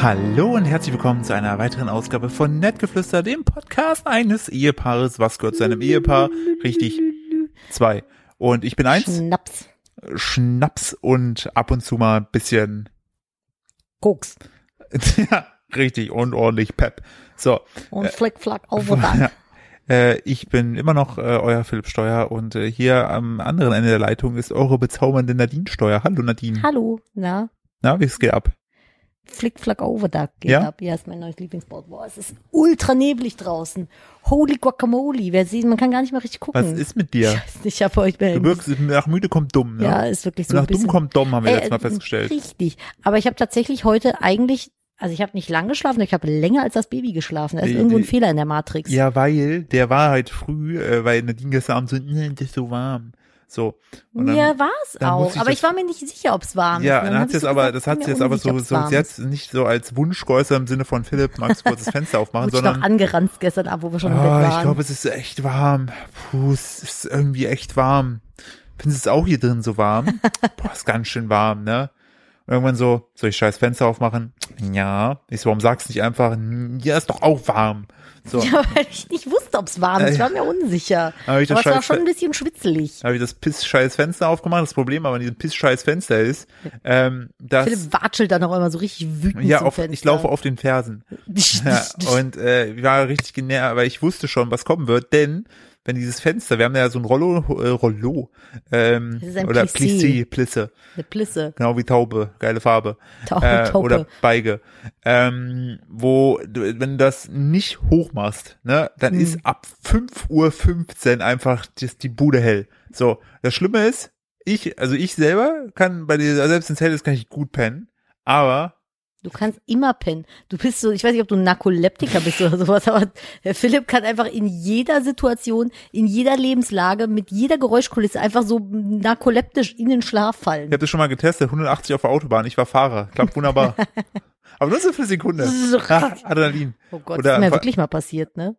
Hallo und herzlich willkommen zu einer weiteren Ausgabe von Nettgeflüster, dem Podcast eines Ehepaares. Was gehört zu einem Ehepaar? Richtig, zwei. Und ich bin eins, Schnaps. Schnaps und ab und zu mal ein bisschen, Koks. ja, richtig, und ordentlich Pep. So, Und Flickflack auf und ab. äh, ich bin immer noch äh, euer Philipp Steuer und äh, hier am anderen Ende der Leitung ist eure bezaubernde Nadine Steuer. Hallo Nadine. Hallo, na? Na, wie es geht ab? Flickflack over da geht Ja? ab. Ja, ist mein neues Lieblingswort. Boah, es ist ultra neblig draußen. Holy guacamole. Wer sieht, man kann gar nicht mehr richtig gucken. Was ist mit dir? Weiß nicht, ich hab euch Du melden. wirkst, nach müde kommt dumm, ne? Ja, ist wirklich Und so nach ein bisschen. dumm kommt dumm, haben wir letztes Mal Äh, festgestellt. Richtig. Aber ich habe tatsächlich heute eigentlich, also ich habe nicht lang geschlafen, ich habe länger als das Baby geschlafen. Da ist Die- irgendwo ein die- Fehler in der Matrix. Ja, weil der war halt früh, äh, weil Nadine gestern Abend so, nee, das ist so warm. So. Und dann, ja, war es dann muss auch. ich Aber das- ich war mir nicht sicher, ob es warm ja, ist. Und dann hat hab sie ich jetzt so aber, gesagt, das ich hat bin sie mir jetzt aber unsicher, so, ob's so warm sie ist. hat's nicht so als Wunsch geäußert im Sinne von Philipp, magst du kurz das Fenster aufmachen, Wurde ich noch sondern, angerannt gestern Abend, wo wir schon im Bett ah, waren. ich glaube, es ist echt warm. Puh, es ist irgendwie echt warm. Findest du es auch hier drin so warm? Boah, ist ganz schön warm, ne? Und Irgendwann so, soll ich scheiß Fenster aufmachen? Ja. Ich so, warum sagst du nicht einfach, ja, ist doch auch warm. So. Ja, weil ich nicht wusste, ob es warm ist. Ich war mir unsicher. Äh, Hab Aber ich es das war Scheiß- schon ein bisschen schwitzelig. habe ich das piss-scheiß Fenster aufgemacht. Das Problem aber an diesem piss-scheiß Fenster ist, ähm, dass Philipp watschelt dann auch immer so richtig wütend ja, zum auf, Fenster. ich laufe auf den Fersen. Ja, und äh, ich war richtig genervt, weil ich wusste schon, was kommen wird, denn wenn dieses Fenster, wir haben ja so ein Rollo, äh, Rollo ähm, Das ist ein oder Plissee, Plissee. Plisse, Eine Plisse. genau wie Taube, geile Farbe. Taube, äh, Taube. Oder Beige. Ähm, wo, du- wenn du das nicht hoch machst, ne, dann Hm. ist ab 5.15 Uhr einfach das, die Bude hell. So, das Schlimme ist, ich, also ich selber kann bei dieser, selbst ins Hell ist, kann ich gut pennen, aber Du kannst immer pennen. Du bist so, ich weiß nicht, ob du ein Narkoleptiker bist oder sowas, aber Herr Philipp kann einfach in jeder Situation, in jeder Lebenslage, mit jeder Geräuschkulisse einfach so narkoleptisch in den Schlaf fallen. ich habe das schon mal getestet, 180 auf der Autobahn, ich war Fahrer, klappt wunderbar. aber nur so für eine Sekunde. Ah, Adrenalin. Oh Gott, Oder das ist mir einfach- wirklich mal passiert, ne?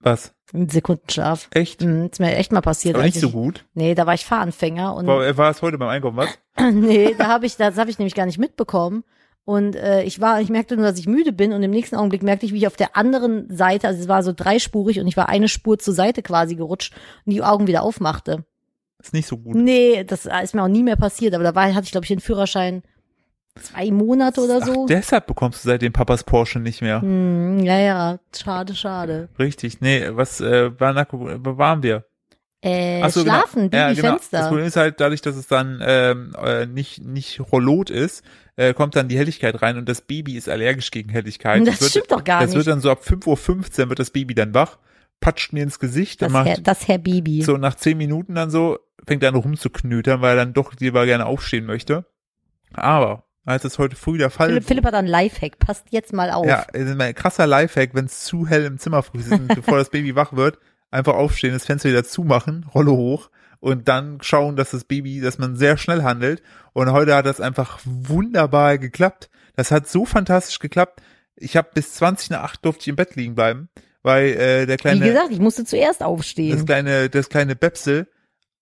Was? Ein Sekundenschlaf. Echt? Mhm, ist mir echt mal passiert. Aber als nicht so ich- gut. Nee, da war ich Fahranfänger und War, war es heute beim Einkaufen, was? Nee, da habe ich, das habe ich nämlich gar nicht mitbekommen. Und äh, ich war, ich merkte nur, dass ich müde bin und im nächsten Augenblick merkte ich, wie ich auf der anderen Seite, also es war so dreispurig und ich war eine Spur zur Seite quasi gerutscht und die Augen wieder aufmachte. Ist nicht so gut. Nee, das ist mir auch nie mehr passiert, aber da war, hatte ich, glaube ich, den Führerschein zwei Monate oder so. Ach, deshalb bekommst du seitdem Papas Porsche nicht mehr. Hm, ja, ja, schade, schade. Richtig, nee, was äh, war Narko, wo waren wir? Äh, Ach so, schlafen, genau. Ja, genau. Das Babyfenster. Problem ist halt, dadurch, dass es dann ähm, äh, nicht, nicht Rollot ist, äh, kommt dann die Helligkeit rein und das Baby ist allergisch gegen Helligkeit. Das stimmt doch gar Das wird nicht. dann so ab 5.15 Uhr wird das Baby dann wach, patscht mir ins Gesicht und Das Herr, macht das Herr Baby. so nach 10 Minuten dann so, fängt an rumzuknötern, weil er dann doch lieber gerne aufstehen möchte. Aber, als es heute früh der Fall Philipp, Philipp hat einen Lifehack, passt jetzt mal auf. also- ja, es ist ein krasser Lifehack, wenn es zu hell im Zimmer früh ist, und bevor das Baby wach wird, einfach aufstehen, das Fenster wieder zumachen, Rolle hoch und dann schauen, dass das Baby, dass man sehr schnell handelt. Und heute hat das einfach wunderbar geklappt. Das hat so fantastisch geklappt. Ich habe bis 20 nach 8 durfte ich im Bett liegen bleiben, weil äh, der Wie kleine, gesagt, ich musste zuerst aufstehen. das kleine, das kleine Bepsel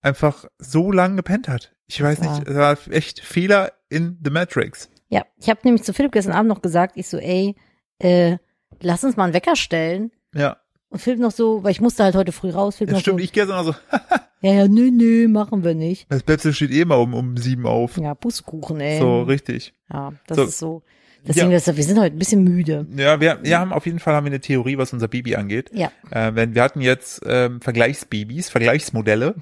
einfach so lang gepennt hat. Ich weiß Ja. nicht, das war echt Fehler in The Matrix. Ja, ich habe nämlich zu Philipp gestern Abend noch gesagt, ich so, ey, äh, lass uns mal einen Wecker stellen. Ja, Und Philipp noch so, weil ich musste halt heute früh raus. Philipp das noch stimmt. so, Ich gestern auch so, ja, ja, nö, nö, machen wir nicht. das Bepsel steht eh mal um, um sieben auf. Ja, Buskuchen, ey. So, richtig. ja, das so. ist so. Deswegen, Ja. das- wir sind heute ein bisschen müde. Ja, wir, wir haben auf jeden Fall haben wir eine Theorie, was unser Baby angeht. Ja, Äh, wenn wir hatten jetzt ähm, Vergleichsbabys, Vergleichsmodelle,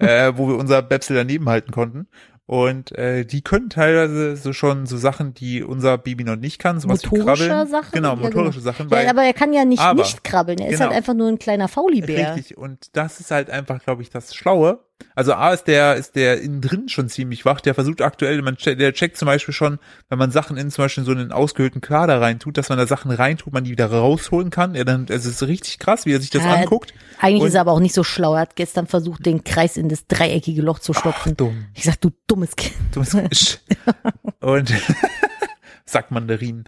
äh, wo wir unser Bäpsel daneben halten konnten. Und äh, die können teilweise so schon so Sachen, die unser Baby noch nicht kann, sowas wie Motorische Krabbeln. Sachen? Genau, Ja, genau. motorische Sachen. Weil, ja aber er kann ja nicht aber- nicht krabbeln. Er ist genau. halt einfach nur ein kleiner Faulibär. Richtig, und das ist halt einfach, glaube ich, das Schlaue. Also A ist der, ist der innen drin schon ziemlich wach, der versucht aktuell, man che- der checkt zum Beispiel schon, wenn man Sachen in zum Beispiel in so einen ausgehöhlten Kader reintut, dass man da Sachen reintut, man die wieder rausholen kann. Er dann, es ist richtig krass, wie er sich das Ja, anguckt. Eigentlich Und- ist er aber auch nicht so schlau. Er hat gestern versucht, den Kreis in das dreieckige Loch zu stopfen. dumm. ich sag, du dummes Kind. Dummes Fisch. und sagt Mandarin.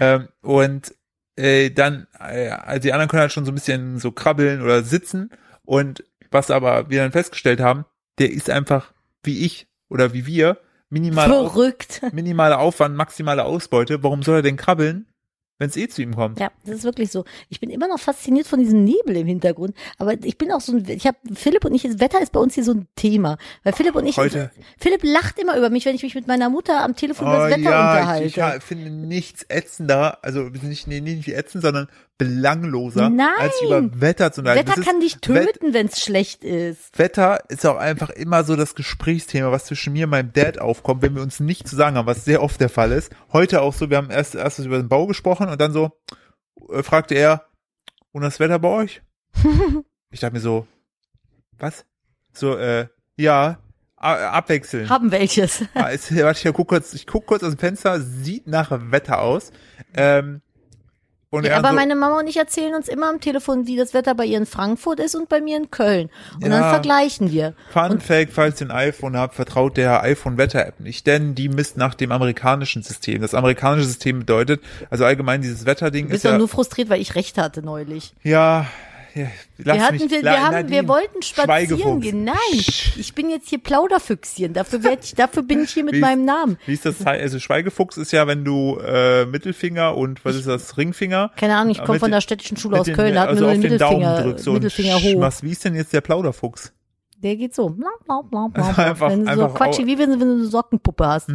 Ähm, und äh, dann, äh, also die anderen können halt schon so ein bisschen so krabbeln oder sitzen. Und was aber wir dann festgestellt haben, der ist einfach wie ich oder wie wir minimal auf, Verrückt. minimaler Aufwand, maximale Ausbeute. Warum soll er denn krabbeln, wenn es eh zu ihm kommt. Ja, das ist wirklich so. Ich bin immer noch fasziniert von diesem Nebel im Hintergrund. Aber ich bin auch so ein, ich habe Philipp und ich, das Wetter ist bei uns hier so ein Thema. Weil Philipp und ich, Heute. Philipp lacht immer über mich, wenn ich mich mit meiner Mutter am Telefon über Oh das Wetter ja, unterhalte. ich, ich ha- finde nichts ätzender, also nicht, nee, nicht ätzend, sondern belangloser, Nein. als sich über Wetter zu unterhalten. Wetter Das ist- kann dich Wet- töten, wenn es schlecht ist. Wetter ist auch einfach immer so das Gesprächsthema, was zwischen mir und meinem Dad aufkommt, wenn wir uns nicht zu sagen haben, was sehr oft der Fall ist. Heute auch so, wir haben erst, erst über den Bau gesprochen und dann so äh, fragte er, und das Wetter bei euch? ich dachte mir so, was? So, äh, ja, a- abwechseln. Haben welches. Ah, es- Warte, ich guck kurz, ich guck kurz aus dem Fenster, sieht nach Wetter aus. Ähm, und er aber so, meine Mama und ich erzählen uns immer am Telefon, wie das Wetter bei ihr in Frankfurt ist und bei mir in Köln. Und dann Ja. vergleichen wir. Fun Fact, falls ihr ein iPhone habt, vertraut der iPhone-Wetter-App nicht, denn die misst nach dem amerikanischen System. Das amerikanische System bedeutet, also allgemein dieses Wetterding Du ist bist doch ja, nur frustriert, weil ich recht hatte neulich. ja, ja, lass Wir hatten, mich, wir, La- wir, haben, Nadine, wir wollten spazieren Schweigefuchs. gehen. Nein, Psch. ich bin jetzt hier Plauderfüchschen. Dafür, werd ich, dafür bin ich hier mit Wie- meinem Namen. Wie ist das? Zei- Also Schweigefuchs ist ja, wenn du äh, Mittelfinger und was ist das Ringfinger Keine Ahnung, ich Aber komme mit von den- der städtischen Schule mit aus Köln, da hat also mir nur auf den den Daumen Mittelfinger, drückst so und Mittelfinger hoch. schmast. Wie ist denn jetzt der Plauderfuchs? Der geht so. Bla, bla, bla, bla, Also bla. einfach- wenn du so einfach Quatsch, au- Mhm. wie wenn, du- wenn du eine Sockenpuppe hast.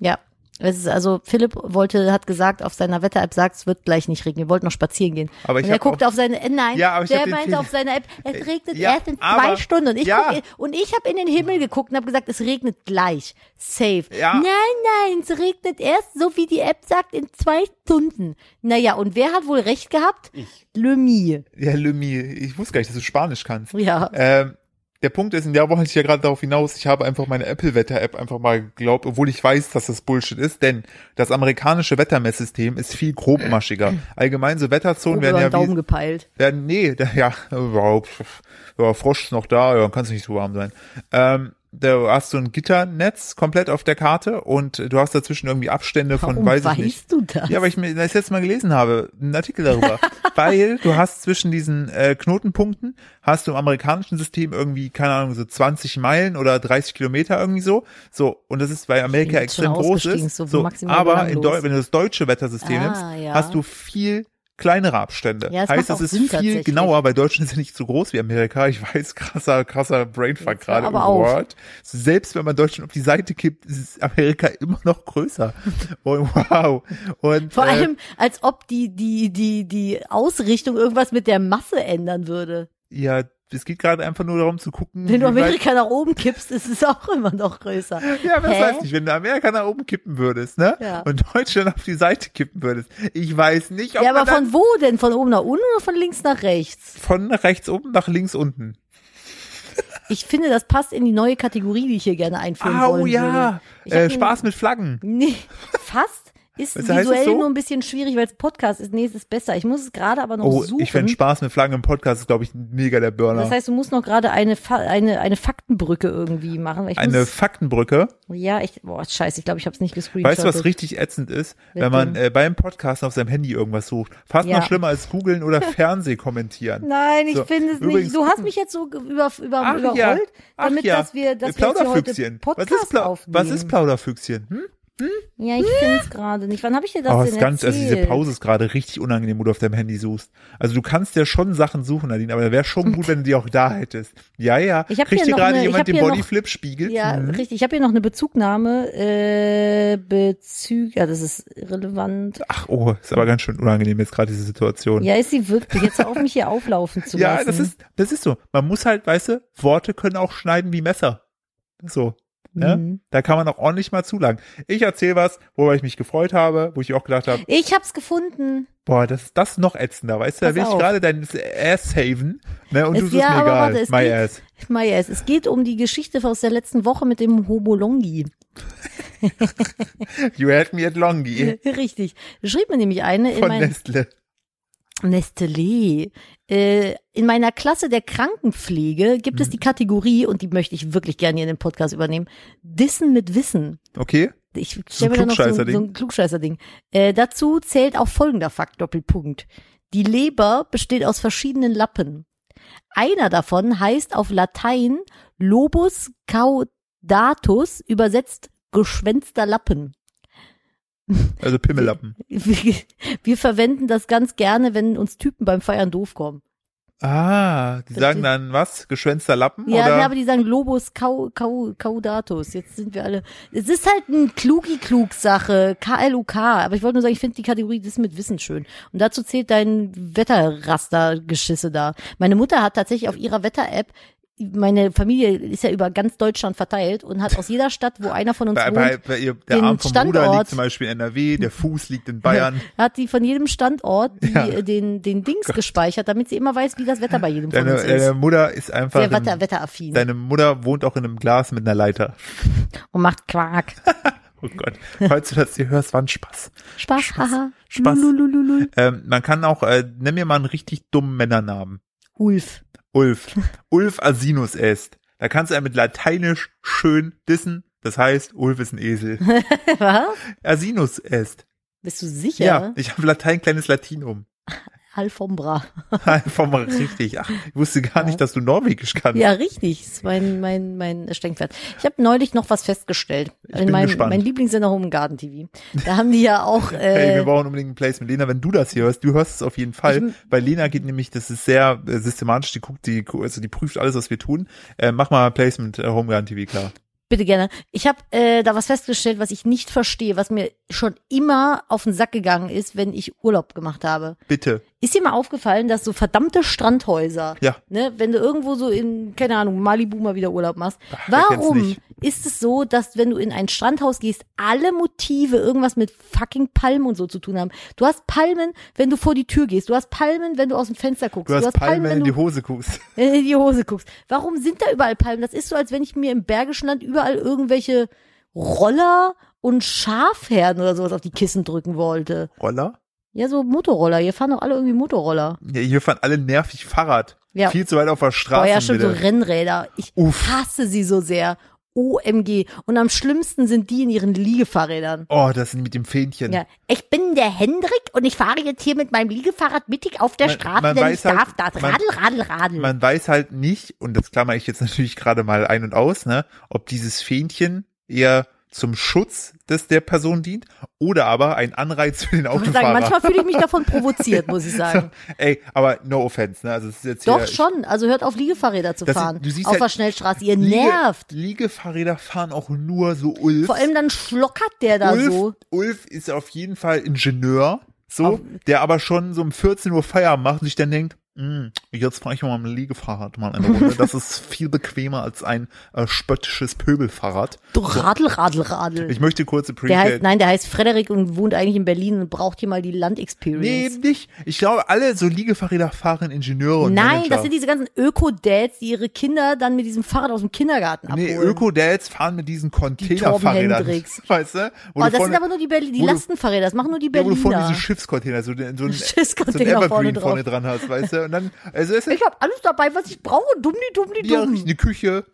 Ja. Es ist also, Philipp wollte, hat gesagt, auf seiner Wetter-App sagt, es wird gleich nicht regnen. Wir wollten noch spazieren gehen. Aber ich und er hab guckt auf seine, äh, nein, Ja, aber ich der hab den meinte Fehler- auf seiner App, es regnet Ja, erst in zwei aber- Stunden. Und ich, ja. guck, und ich habe in den Himmel geguckt und habe gesagt, es regnet gleich. Safe. Ja. Nein, nein, es regnet erst, so wie die App sagt, in zwei Stunden. Naja, und wer hat wohl recht gehabt? Ich. Lemi. Ja, Lümi, ich wusste gar nicht, dass du Spanisch kannst. Ja. Ähm, der Punkt ist, in der Woche wollte ich ja gerade darauf hinaus, ich habe einfach meine Apple-Wetter-App einfach mal geglaubt, obwohl ich weiß, dass das Bullshit ist, denn das amerikanische Wettermesssystem ist viel grobmaschiger. Allgemein so Wetterzonen Oben werden über den ja Daumen wie, gepeilt. werden, nee, da, ja, überhaupt, ja, Frosch ist noch da, ja, dann kann es nicht so warm sein. Ähm, da hast du ein Gitternetz komplett auf der Karte und du hast dazwischen irgendwie Abstände von, Warum weiß ich weißt nicht. du das? Ja, weil ich mir das letzte Mal gelesen habe, einen Artikel darüber. weil du hast zwischen diesen äh, Knotenpunkten, hast du im amerikanischen System irgendwie, keine Ahnung, so 20 Meilen oder 30 Kilometer irgendwie so. So, und das ist, weil Amerika jetzt schon extrem groß ausgestiegen, ist. so So, maximal aber in belanglos. Deu wenn du das deutsche Wettersystem Ah, nimmst, ja. hast du viel kleinere Abstände. Ja, das heißt, macht es auch ist Sinn viel tatsächlich. genauer, weil Deutschland ist ja nicht so groß wie Amerika. Ich weiß, krasser, krasser Brainfuck Jetzt hör gerade. aber auf. What? Selbst wenn man Deutschland auf die Seite kippt, ist Amerika immer noch größer. Und wow. Und Vor äh, allem, als ob die, die, die, die Ausrichtung irgendwas mit der Masse ändern würde. ja, es geht gerade einfach nur darum zu gucken. Wenn du wie weit- Amerika nach oben kippst, ist es auch immer noch größer. Ja, was Hä? weiß ich, wenn du Amerika nach oben kippen würdest, ne? Ja. Und Deutschland auf die Seite kippen würdest. Ich weiß nicht, ob Ja, man aber von wo denn? Von oben nach unten oder von links nach rechts? dann von rechts oben nach links unten. Ich finde, das passt in die neue Kategorie, die ich hier gerne einführen Au wollen ja. würde. Ich Äh, hab ihn- Spaß mit Flaggen. würde. Nee, fast. Ist Weißt du, heißt visuell es so? nur ein bisschen schwierig, weil es Podcast ist. Nee, es ist besser. Ich muss es gerade aber noch Oh, suchen. ich fände Spaß mit Flaggen im Podcast ist, glaube ich, mega der Burner. das heißt, du musst noch gerade eine, Fa eine, eine Faktenbrücke irgendwie machen. Weil ich eine muss, Faktenbrücke. ja, ich, boah, scheiße, ich glaube, ich habe es nicht gescreenshottet. Weißt du, was richtig ätzend ist? Mit wenn man dem- äh, beim Podcast auf seinem Handy irgendwas sucht. Fast Ja. noch schlimmer als googeln oder Fernseh kommentieren. Nein, ich So, finde es übrigens- nicht. Du hast mich jetzt so ge- über, über, Ach überrollt, ja, ach damit ja. dass wir, dass wir jetzt hier heute Plauderfüchschen. Podcast was, ist Plau- aufnehmen. was ist Plauderfüchschen? Hm? Ja, ich finde es gerade nicht. Wann habe ich dir das Oh, denn ist ganz, also erzählt? diese Pause ist gerade richtig unangenehm, wo du auf deinem Handy suchst. Also du kannst ja schon Sachen suchen, Nadine, aber da wäre schon gut, wenn du die auch da hättest. Ja, ja. Ich hab Kriegt hier hier noch gerade eine- ich hab jemand den hier noch- Bodyflip-Spiegel? Ja, Hm. richtig. Ich habe hier noch eine Bezugnahme äh, bezüglich. Ja, das ist relevant. Ach, oh, ist aber ganz schön unangenehm jetzt gerade diese Situation. Ja, ist sie wirklich jetzt hör auf mich hier auflaufen zu Ja, lassen? das ist, das ist so. Man muss halt, weißt du, Worte können auch schneiden wie Messer. So. Ne? Mhm. Da kann man auch ordentlich mal zulagen. Ich erzähle was, worüber ich mich gefreut habe, wo ich auch gedacht habe, Ich hab's gefunden. boah, das ist das noch ätzender, weißt du, da Pass will ich auf. gerade dein Ass haven, ne, und Es- du es ja, mir aber egal, warte, es my geht- ass. Maja, es, es geht um die Geschichte aus der letzten Woche mit dem Hobolongi. You had me at Longi Richtig. Schrieb mir nämlich eine in von mein Nestle. Nestlé. Äh, In meiner Klasse der Krankenpflege gibt Mhm. es die Kategorie, und die möchte ich wirklich gerne hier in den Podcast übernehmen, Dissen mit Wissen. Okay? Ich So ein stelle mir da noch so, ein- Klugscheißerding. so ein Klugscheißer-Ding. Äh, dazu zählt auch folgender Fakt, Doppelpunkt. Die Leber besteht aus verschiedenen Lappen. Einer davon heißt auf Latein Lobus caudatus, übersetzt geschwänzter Lappen. Also Pimmellappen. Wir, wir verwenden das ganz gerne, wenn uns Typen beim Feiern doof kommen. Ah, die sagen dann was? Geschwänzter Lappen? Ja, oder? ja, aber die sagen Lobos Kau, Kau, Kaudatus. Jetzt sind wir alle. Es ist halt ein Klugi-Klug-Sache. KLUK. Aber ich wollte nur sagen, ich finde die Kategorie das mit Wissen schön. Und dazu zählt dein Wetterraster-Geschisse da. Meine Mutter hat tatsächlich auf ihrer Wetter-App meine Familie ist ja über ganz Deutschland verteilt und hat aus jeder Stadt, wo einer von uns bei, bei, wohnt, bei ihr, der den Arm vom Bruder Standort- liegt zum Beispiel in NRW, der Fuß liegt in Bayern. äh, hat die von jedem Standort die, Ja. äh, den, den Dings gespeichert, damit sie immer weiß, wie das Wetter bei jedem von Deine, äh, uns ist. deine Mutter ist einfach. Sehr wetter, im, wetteraffin deine Mutter wohnt auch in einem Glas mit einer Leiter. und macht Quark. Oh Gott. Falls du das hier hörst, war ein Spaß. Spaß, Spaß, haha. Spaß. Lululululul. Ähm, man kann auch, äh, nimm mir mal einen richtig dummen Männernamen. Ulf. Ulf. Ulf Asinus est. Da kannst du einen mit Lateinisch schön dissen. Das heißt, Ulf ist ein Esel. Was? Asinus est. Bist du sicher? Ja, ich habe Latein kleines Latinum. Alfombra. Einfach mal richtig. Ach, ich wusste gar Ja. nicht, dass du Norwegisch kannst. Ja, richtig. Ist mein, mein, mein Steckenpferd. Ich habe neulich noch was festgestellt. bin In meinem, gespannt. mein Lieblingssender Home and Garden TV. Da haben die ja auch, Hey, äh, wir brauchen unbedingt ein Placement. Lena, wenn du das hier hörst, du hörst es auf jeden Fall. Bei Lena geht nämlich, das ist sehr äh, systematisch, die guckt, die, also die prüft alles, was wir tun. Äh, mach mal Placement äh, Home Garden TV klar. Bitte gerne. Ich habe äh, da was festgestellt, was ich nicht verstehe, was mir schon immer auf den Sack gegangen ist, wenn ich Urlaub gemacht habe. Bitte. Ist dir mal aufgefallen, dass so verdammte Strandhäuser, Ja. ne, wenn du irgendwo so in, keine Ahnung, Malibu mal wieder Urlaub machst, wer kennt's warum nicht? ist es so, dass wenn du in ein Strandhaus gehst, alle Motive irgendwas mit fucking Palmen und so zu tun haben? Du hast Palmen, wenn du vor die Tür gehst, du hast Palmen, wenn du aus dem Fenster guckst, Du hast, Palmen, wenn du in die du Hose guckst. wenn du in die Hose guckst. Warum sind da überall Palmen? Das ist so, als wenn ich mir im Bergischen Land überall irgendwelche Roller und Schafherden oder sowas auf die Kissen drücken wollte. Roller? Ja, so Motorroller. Hier fahren doch alle irgendwie Motorroller. Ja, hier fahren alle nervig Fahrrad. Ja. Viel zu weit auf der Oh Straße. ja, stimmt, so bitte. Rennräder. Ich Uff. hasse sie so sehr. OMG. Und am schlimmsten sind die in ihren Liegefahrrädern. Oh, das sind mit dem Fähnchen. Ja. Ich bin der Hendrik und ich fahre jetzt hier mit meinem Liegefahrrad mittig auf der Man- Straße, man denn weiß ich halt, darf das. man- Radl, radl, radl. Man weiß halt nicht, und das klammer ich jetzt natürlich gerade mal ein und aus, ne, ob dieses Fähnchen eher zum Schutz des, der Person dient oder aber ein Anreiz für den ich muss sagen, Autofahrer. manchmal fühle ich mich davon provoziert, muss ich sagen. Ey, aber no offense, ne? Also es ist jetzt Doch hier, schon, also hört auf Liegefahrräder zu Das sind- fahren. du siehst auf halt- der Schnellstraße, ihr Liege- nervt. Liegefahrräder fahren auch nur so Ulf. Vor allem dann schlockert der da Ulf, so. Ulf ist auf jeden Fall Ingenieur, so, Auf- der aber schon so um 14 Uhr Feierabend macht und sich dann denkt, "Hm, jetzt fahre ich mal mit dem Liegefahrrad mal eine Runde. Das ist viel bequemer als ein äh, spöttisches Pöbelfahrrad. Du Radl, radl, radl. Ich möchte kurz Hm. Der halt heißt, appreciate. nein, der heißt Frederik und wohnt eigentlich in Berlin und braucht hier mal die Nee, Land-Experience. nicht. Ich glaube, alle so Liegefahrräder fahren Ingenieure und Nein, Manager. das sind diese ganzen Öko-Dads, die ihre Kinder dann mit diesem Fahrrad aus dem Kindergarten abholen. Nee, Öko-Dads fahren mit diesen Containerfahrrädern. Hendricks. Weißt du? Wo oh, du das sind vorne- aber nur die, Berlin, die wo du- Lastenfahrräder, das machen nur die Ja, wo du vorne Berliner. diesen Schiffscontainer, so, den- so ein so ein Schiffscontainer Evergreen vorne vorne, drauf. dran hast, weißt du? Und dann, also es ist ich habe alles dabei, was ich brauche. Dummdi, dummdi, ja dumm. richtig eine Küche,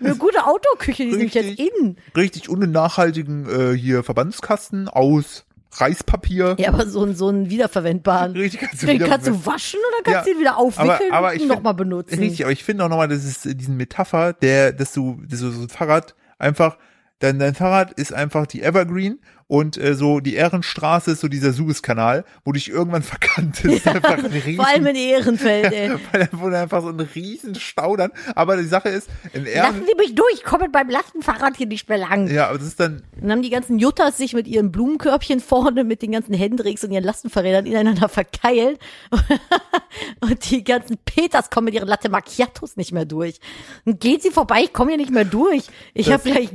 Eine gute Autoküche, die ist nämlich jetzt Richtig. in. richtig ohne nachhaltigen äh, hier Verbandskasten aus Reispapier. Ja, aber so, ein- so einen wiederverwendbaren. Richtig kannst du Den wieder kannst du waschen oder kannst du Ja, ihn wieder aufwickeln aber- aber und ich find- nochmal benutzen? Richtig, aber ich finde auch nochmal, das ist äh, diese Metapher, der, dass du, dass du so ein Fahrrad einfach, dein, dein Fahrrad ist einfach die Evergreen und äh, so die Ehrenstraße ist so dieser Suezkanal, wo dich irgendwann verkannt ist. Einfach ein riesen, Vor allem in Ehrenfeld, ey. weil da wurde einfach so ein riesen Stau dann. Aber die Sache ist, in Lassen Ehren, Sie mich durch, ich komme mit meinem Lastenfahrrad hier nicht mehr lang. ja, aber das ist dann, Dann haben die ganzen Juttas sich mit ihren Blumenkörbchen vorne, mit den ganzen Hendricks und ihren Lastenfahrrädern ineinander verkeilt. und die ganzen Peters kommen mit ihren Latte Macchiatos nicht mehr durch. Und geht sie vorbei, ich komme hier nicht mehr durch. Ich Das- habe gleich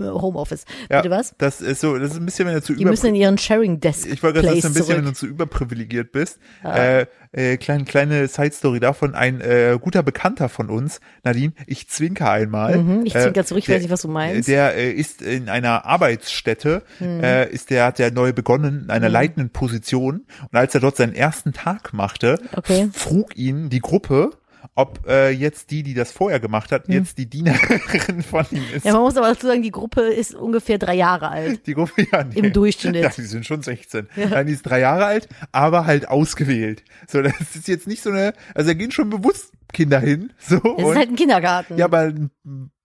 Homeoffice. ja, Bitte was? das ist so, das ist ein bisschen, wenn du zu Die müssen in ihren Sharing-Desk Ich wollte gerade sagen, Place das ist ein bisschen, zurück. wenn du zu überprivilegiert bist. Äh, äh, kleine kleine Side-Story davon. Ein äh, guter Bekannter von uns, Nadine, ich zwinker einmal. Äh, Mhm, ich zwinker zurück, ich der- weiß nicht, was du meinst. Mhm. Der äh, ist in einer Arbeitsstätte, äh, ist der, hat der neu begonnen, in einer leitenden Position. Und als er dort seinen ersten Tag machte, Okay. frug ihn die Gruppe, ob äh, jetzt die, die das vorher gemacht Mhm. hat, jetzt die Dienerin von ihm ist. Ja, man muss aber dazu sagen, die Gruppe ist ungefähr drei Jahre alt. Die Gruppe, ja, nee. Im Durchschnitt. Ja, die sind schon 16. Nein, die ist drei Jahre alt, aber halt ausgewählt. So, das ist jetzt nicht so eine, also da gehen schon bewusst Kinder hin, so. Es ist Und, halt ein Kindergarten. ja, aber ein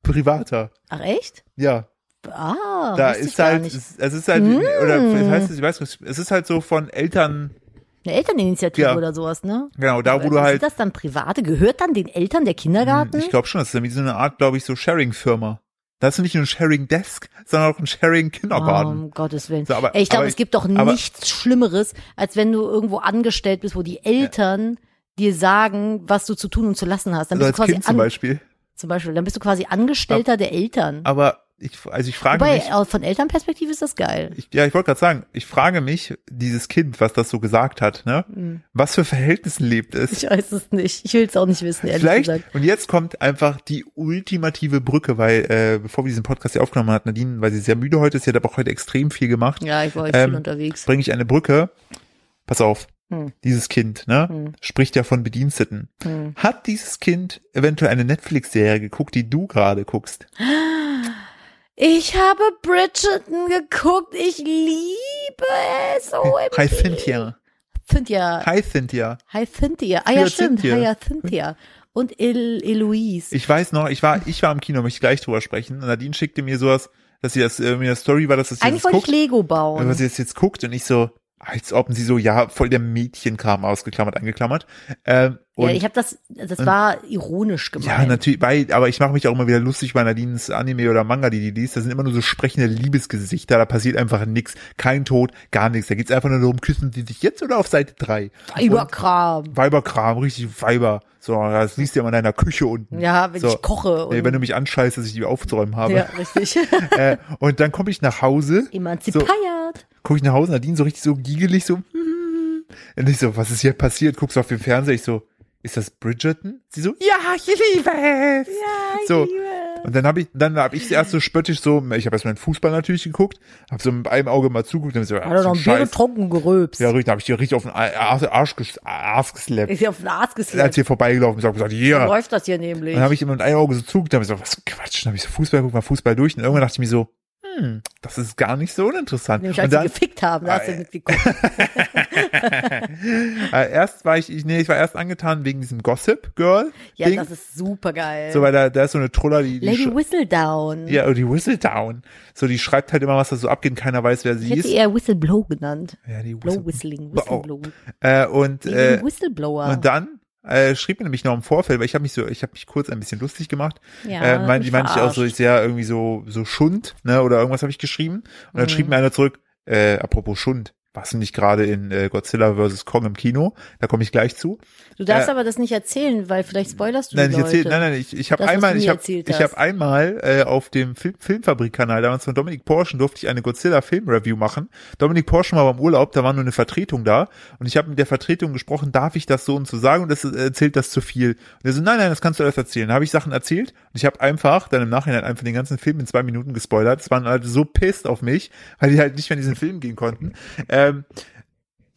privater. Ach echt? Ja. Ah, da wusste ich ist gar halt, nicht. Mm. es ist halt, oder es heißt es, ich weiß nicht, es ist halt so von Eltern, Eine Elterninitiative Ja. oder sowas, ne? genau, da wo du Ist halt, Hm, das dann private? Gehört dann den Eltern der Kindergarten? ich glaube schon, das ist irgendwie so eine Art, glaube ich, so Sharing-Firma. Da hast du nicht nur ein Sharing-Desk, sondern auch ein Sharing-Kindergarten. Um Gottes Willen. Oh So, aber- Ey, ich glaube, aber es gibt doch ich- aber- nichts Schlimmeres, als wenn du irgendwo angestellt bist, wo die Eltern dir sagen, was du zu tun und zu lassen hast. Dann Also bist als du quasi Kind zum an- Beispiel. zum Beispiel, dann bist du quasi Angestellter der Eltern. Aber ich, also ich frage Wobei, mich, äh, von Elternperspektive ist das geil. ich, ja, ich wollte gerade sagen, ich frage mich, dieses Kind, was das so gesagt hat, ne, was für Verhältnissen lebt es? Mhm. Ich weiß es nicht. Ich will es auch nicht wissen, ehrlich Vielleicht, gesagt. und jetzt kommt einfach die ultimative Brücke, weil äh, bevor wir diesen Podcast hier aufgenommen hat, Nadine, weil sie sehr müde heute ist, sie hat aber auch heute extrem viel gemacht, Ja, ich war ich Ähm, viel unterwegs. bringe ich eine Brücke. Pass auf, Hm. dieses Kind, ne, Hm. spricht ja von Bediensteten. Hm. Hat dieses Kind eventuell eine Netflix-Serie geguckt, die du gerade guckst? Ich habe Bridgerton geguckt. Ich liebe es. Oh, Hi Cynthia. Cynthia. Hi Cynthia. Hi Cynthia. Ah ja, Für stimmt. Cynthia. Hi Cynthia. Und El Eloise. Ich weiß noch, ich war, ich war im Kino, möchte ich gleich drüber sprechen. Und Nadine schickte mir sowas, dass sie das, äh, mir eine Story war, dass das Eigentlich jetzt wollte ich guckt, Lego bauen. dass sie das jetzt guckt und ich so, als ob sie so, ja, voll der Mädchenkram ausgeklammert, angeklammert. Ähm, und ja, ja, ich habe das, das war ironisch gemeint. natürlich, weil, aber ich mache mich auch immer wieder lustig bei Nadines Anime oder Manga, die die liest. Da sind immer nur so sprechende Liebesgesichter, da passiert einfach nichts, kein Tod, gar nichts. Da geht's einfach nur darum, küssen sie sich jetzt oder auf Seite drei. Überkram. Weiberkram, richtig Weiber. So, das liest du immer in deiner Küche unten. Ja, wenn so. ich koche. Und, Nee, wenn du mich anscheißt, dass ich die aufzuräumen habe. ja, richtig. äh, und dann komme ich nach Hause, Emanzipiert. gucke ich nach Hause, Nadine so richtig so giegelig, so, "Hm." und ich so, was ist hier passiert? Guckst auf den Fernseher, ich so, ist das Bridgerton? Sie so, ja, ich liebe es. Ja, ich so. liebe es. Und dann habe ich, dann habe ich sie erst so spöttisch so, ich habe erst mal den Fußball natürlich geguckt, habe so mit einem Auge mal zuguckt, dann so, Hat ach, er noch so ein Bier Scheiß. getrunken gerülpst. Ja, richtig, da habe ich dir richtig auf den Arsch, Arsch, ges- Arsch geslappt. Ist ja auf den Arzt Als geslappt. hier vorbeigelaufen ist, habe gesagt, ja. Dann läuft das hier nämlich. Und dann habe ich immer mit einem Auge so zugeguckt, dann hab ich so, was für ein Quatsch, dann habe ich so Fußball, guck mal Fußball durch und irgendwann dachte ich mir so, hm, das ist gar nicht so uninteressant. Nämlich Und als sie dann, gefickt haben, da hast du Ah, mitgeguckt. äh, erst war ich, ich, nee, ich war erst angetan wegen diesem Gossip Girl. Ja, Ding. das ist super geil. so, weil da, da ist so eine Troller, die, die Lady sch- Whistledown. ja, oh, die Whistledown. So, die schreibt halt immer, was da so abgeht und keiner weiß, wer ich sie hätte ist. sie eher Whistleblow genannt. ja, die Blow Whistle Whistling, Blau. Whistleblow. äh, und, Wie äh, ein Whistleblower. und dann äh, schrieb mir nämlich noch im Vorfeld, weil ich habe mich so, ich habe mich kurz ein bisschen lustig gemacht. Ja, äh, hat mein, mich die meinte ich auch so, verarscht. ich sehe ja irgendwie so, so Schund, ne, oder irgendwas habe ich geschrieben. Und Mhm. dann schrieb mir einer zurück, äh, apropos Schund, warst du nicht gerade in äh, Godzilla vs. Kong im Kino? Da komme ich gleich zu. Du darfst äh, aber das nicht erzählen, weil vielleicht spoilerst du Nein, die ich Leute. erzähl, nein, nein, ich, ich habe Das, was du einmal, mir ich habe erzählt ich hast. hab einmal äh, auf dem Film, Filmfabrik-Kanal, damals von Dominik Porschen, durfte ich eine Godzilla-Film-Review machen. Dominik Porschen war beim Urlaub, da war nur eine Vertretung da und ich habe mit der Vertretung gesprochen, darf ich das so und so sagen und das äh, erzählt das zu viel. Und er so, nein, nein, das kannst du alles erzählen. Da habe ich Sachen erzählt und ich habe einfach dann im Nachhinein einfach den ganzen Film in zwei Minuten gespoilert. Es waren halt so pissed auf mich, weil die halt nicht mehr in diesen Film gehen konnten. Ähm,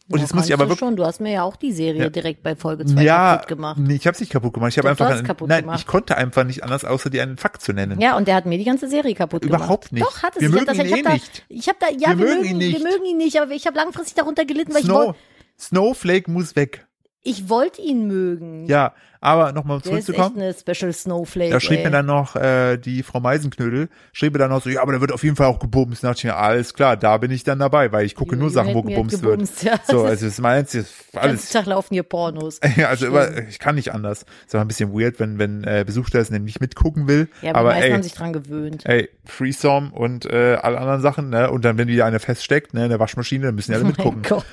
und Ja, jetzt muss ich kannst aber du wirklich schon, du hast mir ja auch die Serie Ja. direkt bei Folge 2 ja, kaputt gemacht. Nee, ich habe es nicht kaputt gemacht. Ich habe Doch, du einfach hast kaputt nein, gemacht. ich konnte einfach nicht anders, außer dir einen Fakt zu nennen. Ja, und der hat mir die ganze Serie kaputt gemacht. Überhaupt nicht. Doch, hat es. Wir ich mögen hab das, ihn ich hab eh da, nicht. Ich hab da, ja, wir, mögen ihn nicht. Wir mögen ihn nicht, aber ich habe langfristig darunter gelitten, weil ich, Snow, woll, Snowflake muss weg. ich wollte ihn mögen. Ja, aber nochmal um der ist echt zurückzukommen. eine Special Snowflake. Da schrieb ey. mir dann noch äh, die Frau Meisenknödel, schrieb mir dann noch so, ja, aber da wird auf jeden Fall auch gebumst. Da dachte ich mir, alles klar, da bin ich dann dabei, weil ich gucke You- nur you Sachen, wo had me at gebumst, wird. gebumst, ja. So, also das meinst du, Den ganzen alles. Tag laufen hier Pornos. Ja, also immer, ich kann nicht anders. Ist aber ein bisschen weird, wenn wenn äh, Besuch da ist, der nicht mitgucken will. Ja, aber aber, die meisten ey, haben sich dran gewöhnt. Ey, Freestorm und äh, alle anderen Sachen, ne? Und dann, wenn wieder eine feststeckt, ne, in der Waschmaschine, dann müssen die alle Mein mitgucken. Gott.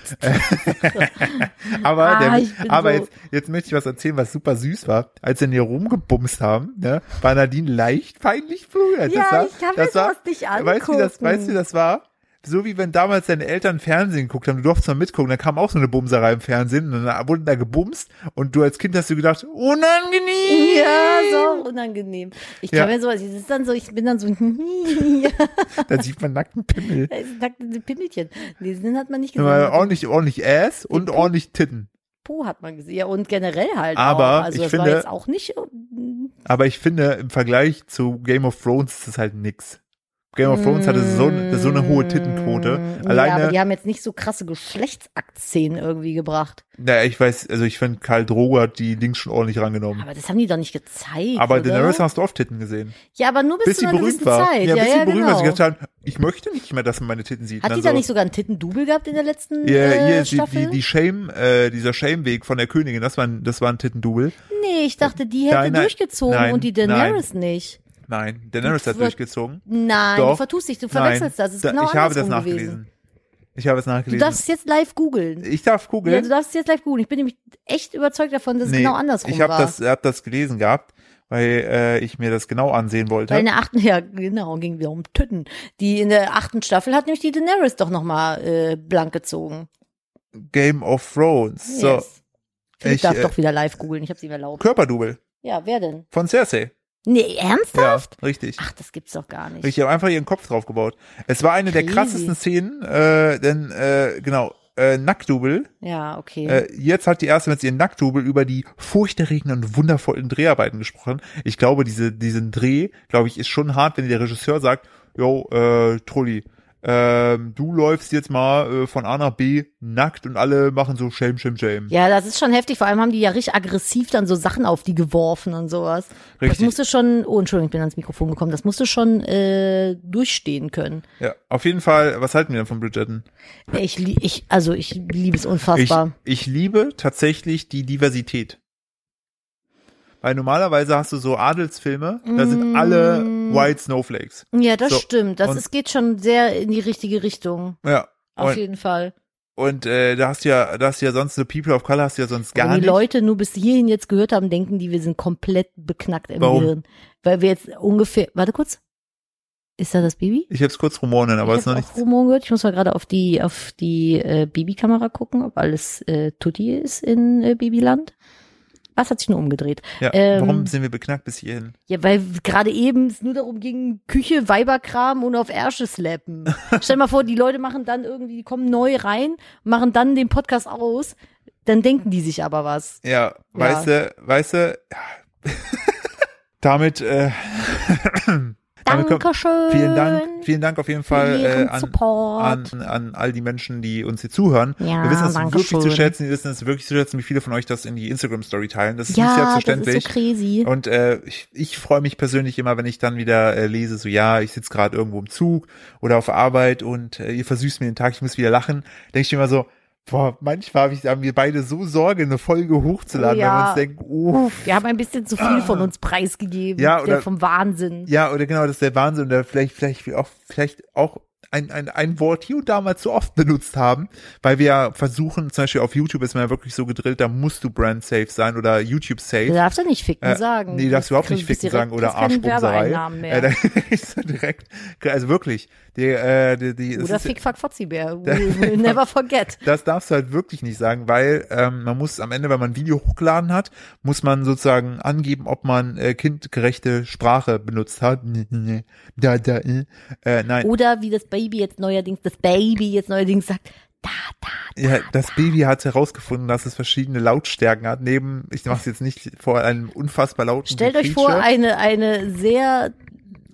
aber Ah, der, ich bin aber so- jetzt, jetzt möchte ich was erzählen, was super süß war. Als wir hier rumgebumst haben, ne, war Nadine leicht peinlich berührt. Ja, das war, ich kann mir das war, sowas nicht Weißt du, wie das, angucken. weißt du, wie das war? So wie wenn damals deine Eltern Fernsehen geguckt haben, du durftest mal mitgucken, dann kam auch so eine Bumserei im Fernsehen und dann wurden da gebumst und du als Kind hast du gedacht, unangenehm. Ja, so unangenehm. Ich Ja. kann mir sowas, es ist dann so, ich bin dann so, ja, Da sieht man nackten Pimmel. es ist nackt- diese Pimmelchen. Nee, den hat man nicht gesehen. Äh, aber ordentlich, ordentlich Ass und ordentlich Titten. Po hat man gesehen. Ja, und generell halt. Aber auch. Also ich das war finde- jetzt auch nicht. mm, Aber ich finde, im Vergleich zu Game of Thrones ist es halt nix. Game of Thrones hatte so, so eine hohe Tittenquote. mm, Ja, aber Alleine, die haben jetzt nicht so krasse Geschlechtsaktszenen irgendwie gebracht. naja, ich weiß, also ich finde, Karl Drogo hat die Dings schon ordentlich rangenommen. Aber das haben die doch nicht gezeigt. Aber oder? Daenerys hast du oft Titten gesehen. Ja, aber nur bis, Bis zu sie einer berühmt gewissen war. Zeit. Ja, Ja, bis ja, sie berühmt war, genau. sie gesagt haben, ich möchte nicht mehr, dass man meine Titten sieht. Hat Dann die so, da nicht sogar einen Titten-Double gehabt in der letzten Ja, äh, hier, die, Staffel? die, die Shame, äh, dieser Shame-Weg von der Königin, das war ein, das war ein Tittendouble. nee, ich dachte, die hätte Nein, nein, durchgezogen nein, und die Daenerys nicht. Nein, Daenerys hat Wird- durchgezogen. Nein, du Doch. vertust dich, du Nein, verwechselst das. Es ist da- genau ich habe das andersrum gewesen. nachgelesen. Ich habe es Du nachgelesen. darfst es jetzt live googeln. ich darf googeln. Ja, du darfst es jetzt live googeln. Ich bin nämlich echt überzeugt davon, dass es Ne? Nee, genau andersrum ich habe war. das, hab das gelesen gehabt, weil äh, ich mir das genau ansehen wollte. Weil in der achten, ja genau, ging wieder um Tütten. Die in der achten Staffel hat nämlich die Daenerys doch nochmal äh, blank gezogen. Game of Thrones. So, Yes. Philipp Ich, darf äh, doch wieder live googeln, ich hab's ihm erlaubt. Körperdouble Ja, wer denn? von Cersei. Nee, ernsthaft? Ja, richtig. Ach, das gibt's doch gar nicht. Ich habe einfach ihren Kopf drauf gebaut. Es war eine der Crazy. krassesten Szenen, äh, denn äh, genau, äh, Nacktdouble. ja, okay. Äh, jetzt hat die erste mit ihren Nacktdouble über die furchterregenden und wundervollen Dreharbeiten gesprochen. Ich glaube, diese, diesen Dreh, glaube ich, ist schon hart, wenn dir der Regisseur sagt, yo, äh, Trulli, ähm, du läufst jetzt mal äh, von A nach B nackt und alle machen so Shame, Shame, Shame. ja, das ist schon heftig. Vor allem haben die ja richtig aggressiv dann so Sachen auf die geworfen und sowas. Das Richtig. musste schon, oh, Entschuldigung, ich bin ans Mikrofon gekommen. Das musste schon äh, durchstehen können. Ja, auf jeden Fall, was halten wir denn von Bridgerton? Ich, lie- ich, also ich liebe es unfassbar. Ich, ich liebe tatsächlich die Diversität. Weil normalerweise hast du so Adelsfilme, da sind alle Mm. White Snowflakes. ja, das so, stimmt. Das und- ist, geht schon sehr in die richtige Richtung. Ja. Auf Und, jeden Fall. und äh, da hast du ja, da hast du ja sonst so People of Color hast du ja sonst gar Wenn Also die nicht. Leute nur bis hierhin jetzt gehört haben, denken die, wir sind komplett beknackt im Warum? Gehirn. Weil wir jetzt ungefähr, warte kurz. Ist da das Baby? Ich hab's kurz rumoren, aber ich ist noch hab's nicht. auch Rumoren gehört. Ich muss mal gerade auf die, auf die äh, Babykamera gucken, ob alles äh, Tutti ist in äh, Babyland. Was hat sich nur umgedreht? Ja, ähm, warum sind wir beknackt bis hierhin? Ja, weil gerade eben es nur darum ging, Küche, Weiberkram und auf Ärsche slappen. Stell mal vor, die Leute machen dann irgendwie, die kommen neu rein, machen dann den Podcast aus, dann denken die sich aber was. Ja, weißt du, weißt du, damit, äh, damit kommt, Dankeschön. vielen Dank, vielen Dank auf jeden Fall für Ihren äh, an, Support. an, an all die Menschen, die uns hier zuhören. Ja, wir wissen es danke wirklich zu schön. schätzen, wir wissen es wirklich zu schätzen, wie viele von euch das in die Instagram-Story teilen. Das ist nicht ja, das ist so selbstverständlich. crazy. und äh, ich, ich freue mich persönlich immer, wenn ich dann wieder äh, lese, so ja, ich sitze gerade irgendwo im Zug oder auf Arbeit und äh, ihr versüßt mir den Tag, ich muss wieder lachen. Denke ich mir immer so, boah, manchmal hab ich, haben wir beide so Sorge, eine Folge hochzuladen, Oh ja. wenn wir uns denken, uff. Wir haben ein bisschen zu viel von uns preisgegeben. Ja, Der oder- vom Wahnsinn. Ja, oder genau, das ist der Wahnsinn, oder vielleicht, vielleicht auch, vielleicht auch ein, ein, ein Wort hier und da mal zu oft benutzt haben, weil wir ja versuchen, zum Beispiel auf YouTube ist man ja wirklich so gedrillt, da musst du brand safe sein oder YouTube safe. Du darfst ja nicht ficken Äh, sagen. Nee, darfst du überhaupt nicht kriegst ficken direkt- sagen oder kriegst keine Arschbumserei. Werbeeinnahmen mehr. Äh, da kriegst du direkt, also wirklich, die, äh, die, die, es oder ist- Fick, Fuck, Fotzibär. We will never forget. das darfst du halt wirklich nicht sagen, weil ähm, man muss am Ende, wenn man ein Video hochgeladen hat, muss man sozusagen angeben, ob man äh, kindgerechte Sprache benutzt hat. Nee, nee, nee. Da, da, äh. Äh, nein, Oder wie das Baby jetzt neuerdings, das Baby jetzt neuerdings sagt, da, da. ja, das Baby hat herausgefunden, dass es verschiedene Lautstärken hat. Neben, ich mache es jetzt nicht vor einem unfassbar lauten Stellt euch vor, Creature. eine, eine sehr,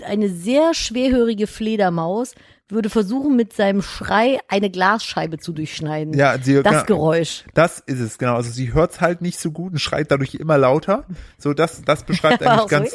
eine sehr schwerhörige Fledermaus würde versuchen, mit seinem Schrei eine Glasscheibe zu durchschneiden. ja, sie, Das genau, Geräusch. Das ist es, genau. Also sie hört's halt nicht so gut und schreit dadurch immer lauter. So, das, das beschreibt Ja, eigentlich auch so. ganz,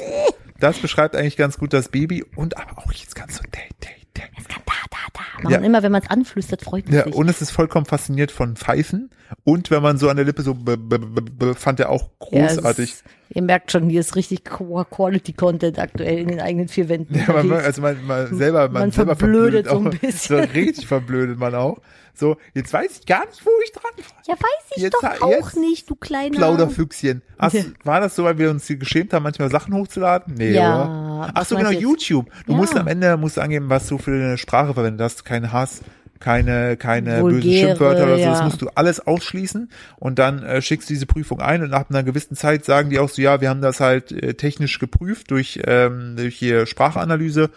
das beschreibt eigentlich ganz gut das Baby und aber auch jetzt ganz so, day, day, day. Es kann da, da, da machen. Ja. Immer wenn man es anflüstert, freut man Ja, sich. und es ist vollkommen fasziniert von Pfeifen und wenn man so an der Lippe so, b- b- b- b- fand er auch Ja, es großartig. Ist, ihr merkt schon, hier ist richtig Qu- Quality-Content aktuell in den eigenen vier Wänden. Ja, man, unterwegs. also man, man selber, man, Man selber verblödet so ein auch. bisschen. So richtig verblödet man auch. So, jetzt weiß ich gar nicht, wo ich dran war. ja weiß ich Jetzt- doch auch jetzt- nicht, du kleiner. Plauderfüchschen. Hast, Ja. War das so, weil wir uns hier geschämt haben, manchmal Sachen hochzuladen? Nee, Ja, oder? Ach was so, meinst genau, du jetzt? YouTube. Du Ja. musst am Ende musst du angeben, was du für eine Sprache verwendet hast. Kein Hass, keine, keine bösen Vulgäre, Schimpfwörter oder so. Das ja. musst du alles ausschließen und dann äh, schickst du diese Prüfung ein und nach einer gewissen Zeit sagen die auch so, ja, wir haben das halt äh, technisch geprüft durch, ähm, durch hier Sprachanalyse.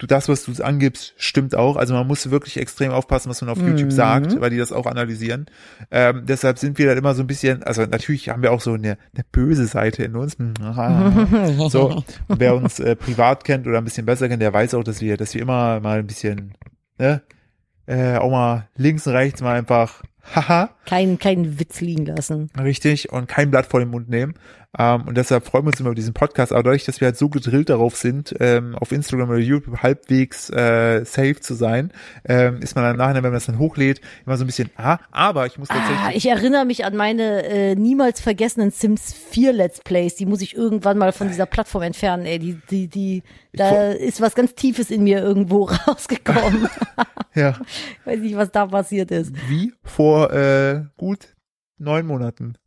du das, was du angibst, stimmt auch. Also man muss wirklich extrem aufpassen, was man auf YouTube sagt, weil die das auch analysieren. Ähm, deshalb sind wir dann immer so ein bisschen, also natürlich haben wir auch so eine, eine böse Seite in uns. Hm, so, und wer uns äh, privat kennt oder ein bisschen besser kennt, der weiß auch, dass wir, dass wir immer mal ein bisschen, ne, äh, auch mal links und rechts mal einfach, haha, Keinen, keinen Witz liegen lassen. Richtig, und kein Blatt vor den Mund nehmen. Ähm, und deshalb freuen wir uns immer über diesen Podcast. Aber dadurch, dass wir halt so gedrillt darauf sind, ähm, auf Instagram oder YouTube halbwegs äh, safe zu sein, ähm, ist man dann nachher, wenn man das dann hochlädt, immer so ein bisschen, ah, aber ich muss Ah, tatsächlich. ich erinnere mich an meine äh, niemals vergessenen Sims 4 Let's Plays. Die muss ich irgendwann mal von dieser Plattform entfernen, ey. Die, die, die, da ist was ganz Tiefes in mir irgendwo rausgekommen. ja, Weiß nicht, was da passiert ist. wie vor äh, gut neun Monaten.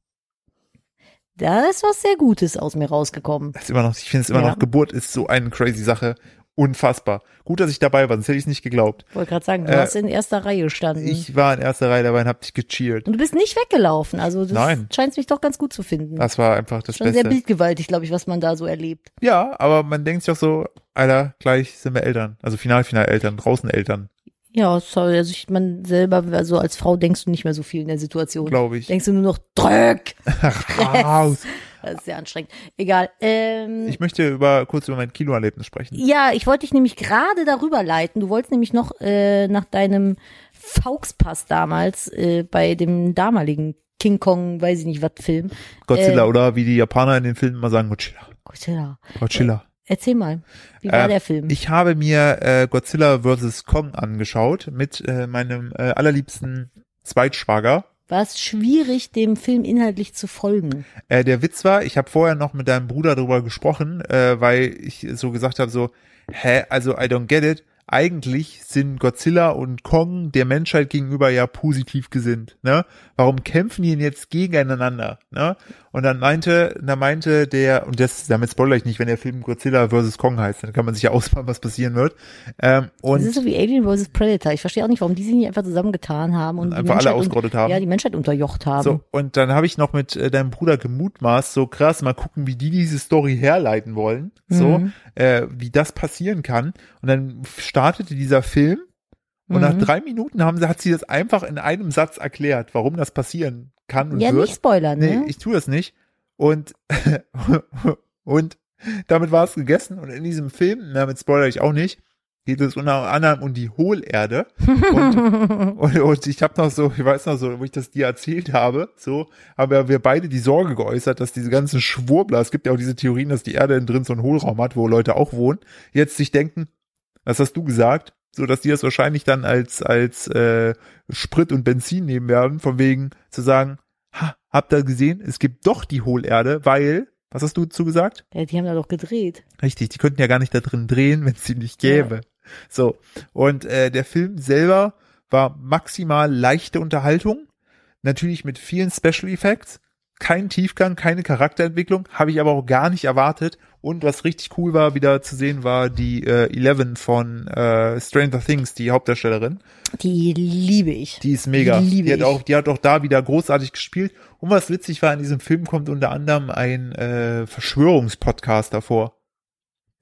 Da ist was sehr Gutes aus mir rausgekommen. Das ist immer noch, ich finde es immer Ja. noch, Geburt ist so eine crazy Sache. Unfassbar. Gut, dass ich dabei war, sonst hätte ich es nicht geglaubt. Wollte gerade sagen, du Äh, hast in erster Reihe gestanden. Ich war in erster Reihe dabei und hab dich gecheert. Und du bist nicht weggelaufen. Also das Nein. Ah, scheint mich doch ganz gut zu finden. Das war einfach das Schon sehr Beste. bildgewaltig, glaube ich, was man da so erlebt. Ja, aber man denkt sich auch so, Alter, gleich sind wir Eltern. Also final, final Eltern, draußen Eltern, Ja, sorry, also ich, man selber, also als Frau denkst du nicht mehr so viel in der Situation. glaube ich. Denkst du nur noch, drück! Raus. Das ist sehr anstrengend. Egal. Ähm, Ich möchte über, kurz über mein Kinoerlebnis sprechen. ja, ich wollte dich nämlich gerade darüber leiten. Du wolltest nämlich noch äh, nach deinem Fauxpass damals äh, bei dem damaligen King Kong, weiß ich nicht was, Film. Godzilla, oder wie die Japaner in den Filmen immer sagen, Godzilla, Godzilla. Godzilla. Oh, Erzähl mal, wie war Äh, der Film? Ich habe mir äh, Godzilla vs. Kong angeschaut mit äh, meinem äh, allerliebsten Zweitschwager. war es schwierig, dem Film inhaltlich zu folgen? Äh, der Witz war, ich habe vorher noch mit deinem Bruder darüber gesprochen, äh, weil ich so gesagt habe, so, hä, also I don't get it. Eigentlich sind Godzilla und Kong der Menschheit gegenüber ja positiv gesinnt. Ne? Warum kämpfen die denn jetzt gegeneinander? Ne? Und dann meinte, da meinte der, und das, damit spoilere ich nicht, wenn der Film Godzilla vs. Kong heißt, dann kann man sich ja ausmalen, was passieren wird. Ähm, Das ist und so wie Alien vs. Predator. Ich verstehe auch nicht, warum die sich nicht einfach zusammengetan haben und die einfach alle Menschheit un- ausgerottet haben. Ja, die Menschheit unterjocht haben. So, und dann habe ich noch mit äh, deinem Bruder gemutmaßt, so krass, mal gucken, wie die diese Story herleiten wollen, so, Mhm. äh, wie das passieren kann. Und dann startete dieser Film und nach Mhm. drei Minuten haben sie, hat sie das einfach in einem Satz erklärt, warum das passieren kann und ja, wird. nicht spoilern, nee, ne? ich tue das nicht. Und, und damit war es gegessen. Und in diesem Film, damit spoilere ich auch nicht, geht es unter anderem um die Hohlerde. Und und, und ich habe noch so, ich weiß noch so, wo ich das dir erzählt habe, so haben ja wir beide die Sorge geäußert, dass diese ganzen Schwurbler, es gibt ja auch diese Theorien, dass die Erde innen drin so einen Hohlraum hat, wo Leute auch wohnen, jetzt sich denken, was hast du gesagt? So, dass die das wahrscheinlich dann als, als äh, Sprit und Benzin nehmen werden, von wegen zu sagen, ha, habt ihr gesehen, es gibt doch die Hohlerde, weil, was hast du dazu gesagt? ja, die haben da doch gedreht. Richtig, die könnten ja gar nicht da drin drehen, wenn es sie nicht gäbe. So, und äh, der Film selber war maximal leichte Unterhaltung, natürlich mit vielen Special Effects, kein Tiefgang, keine Charakterentwicklung, habe ich aber auch gar nicht erwartet. Und was richtig cool war, wieder zu sehen, war die äh, Eleven von äh, Stranger Things, die Hauptdarstellerin. Die liebe ich. Die ist mega. Die liebe die, hat ich. auch, die hat auch da wieder großartig gespielt. Und was witzig war, in diesem Film kommt unter anderem ein äh, Verschwörungspodcast davor.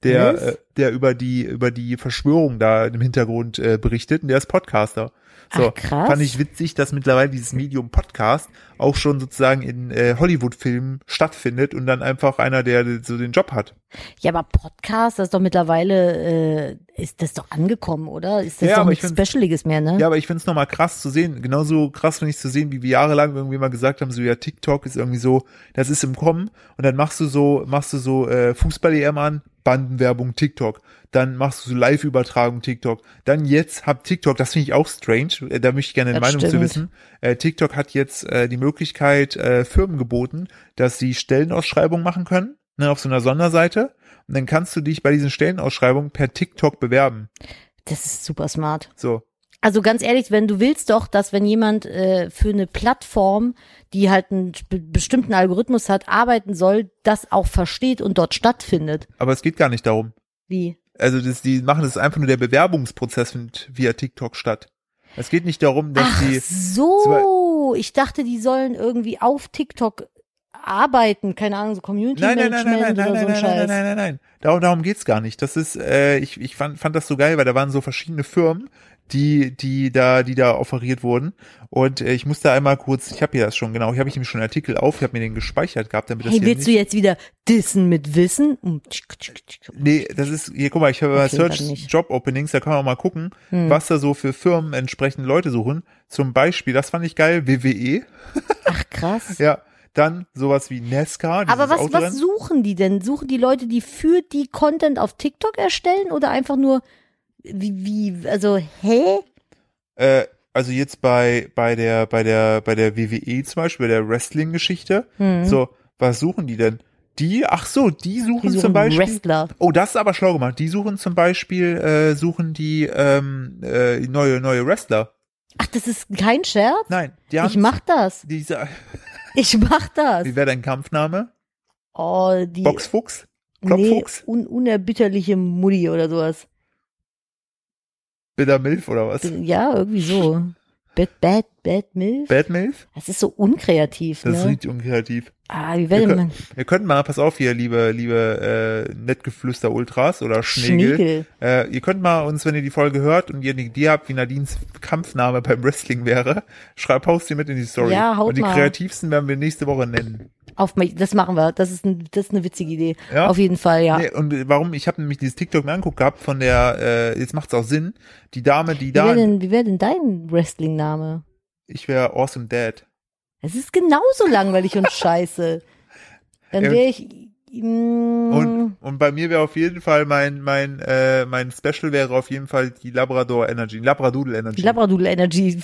Der, Was? äh, der über die, über die Verschwörung da im Hintergrund äh, berichtet und der ist Podcaster. So, Ach, krass. fand ich witzig, dass mittlerweile dieses Medium Podcast auch schon sozusagen in äh, Hollywood-Filmen stattfindet und dann einfach einer, der so den Job hat. ja, aber Podcast, das ist doch mittlerweile, äh, ist das doch angekommen, oder? Ist das Ja, doch aber ich nichts Specialiges mehr, ne? Ja, aber ich find's nochmal krass zu sehen, genauso krass finde ich zu sehen, wie wir jahrelang irgendwie mal gesagt haben, so ja, TikTok ist irgendwie so, das ist im Kommen und dann machst du so, machst du so äh, Fußball-EM an, Bandenwerbung TikTok, dann machst du so Live-Übertragung TikTok, dann jetzt hab TikTok, das finde ich auch strange, äh, da möchte ich gerne eine Das Meinung zu stimmt. wissen, äh, TikTok hat jetzt äh, die Möglichkeit äh, Firmen geboten, dass sie Stellenausschreibungen machen können, ne, auf so einer Sonderseite und dann kannst du dich bei diesen Stellenausschreibungen per TikTok bewerben, Das ist super smart. so. Also ganz ehrlich, wenn du willst doch, dass wenn jemand äh, für eine Plattform, die halt einen be- bestimmten Algorithmus hat, arbeiten soll, das auch versteht und dort stattfindet. Aber es geht gar nicht darum. Wie? Also das, die machen das einfach nur der Bewerbungsprozess findet via TikTok statt. Es geht nicht darum, dass Ach die so, ich dachte, die sollen irgendwie auf TikTok arbeiten, keine Ahnung, so Community Nein, nein, nein, nein, nein, Management nein, oder so nein, ein nein, nein, nein, Scheiß. nein, nein. Darum, darum geht's gar nicht. Das ist, äh, ich, ich fand, fand das so geil, weil da waren so verschiedene Firmen, die, die da, die da offeriert wurden. Und äh, ich muss da einmal kurz, ich habe hier das schon, genau, ich habe ich nämlich schon einen Artikel auf, ich habe mir den gespeichert gehabt, damit das Hey, hier willst nicht, du jetzt wieder dissen mit Wissen? Mm, tschk, tschk, tschk. Nee, das ist, hier, guck mal, ich habe Okay, mal Search dann nicht. Hm. Job Openings, da kann man auch mal gucken, was da so für Firmen entsprechend Leute suchen. Zum Beispiel, das fand ich geil, E. WWE. Ach krass. Ja, dann sowas wie NASCAR. Aber dieses was, was Autorennen. suchen die denn? Suchen die Leute, die für die Content auf TikTok erstellen oder einfach nur wie, wie also hä? Äh, also jetzt bei, bei der, bei der, bei der WWE zum Beispiel, bei der Wrestling-Geschichte. Hm. So, was suchen die denn? Die, ach so, die suchen, Mhm. Die suchen zum Beispiel. Wrestler. Oh, das ist aber schlau gemacht. Die suchen zum Beispiel, äh, suchen die ähm, äh, neue, neue Wrestler. Ach, das ist kein Scherz? Nein, die haben ich mach das. diese, Ich mach das. wie wäre dein Kampfname? Oh, die Boxfuchs? nee, Klopfuchs? un, unerbitterliche Mutti oder sowas. Bittermilf oder was? Ja, irgendwie so. Bad, bad, bad Milf. Badmilf? Das ist so unkreativ, Das ist ne? richtig unkreativ. Ah, wie werde Wir man? Wir könnten mal, pass auf hier, liebe, liebe äh, Nettgeflüster Ultras oder Schnegel. Schniegel. Äh, ihr könnt mal uns, wenn ihr die Folge hört und ihr eine Idee habt, wie Nadines Kampfname beim Wrestling wäre, schreibt, post sie mit in die Story. Ja, haut und die mal. kreativsten werden wir nächste Woche nennen. Auf, mich- das machen wir. Das ist, ein, das ist eine witzige Idee. Ja? Auf jeden Fall, ja. Nee, und warum? Ich habe nämlich dieses TikTok mir angeguckt gehabt von der, äh, jetzt macht's auch Sinn, die Dame, die Wie wäre da, denn, wie wär denn dein Wrestling-Name? ich wäre Awesome Dad. Es ist genauso langweilig und scheiße. Dann Ja, wäre ich. mm, Und, und bei mir wäre auf jeden Fall mein, mein, äh, mein Special wäre auf jeden Fall die Labrador Energy, Labradoodle Energy. Labradoodle Energy.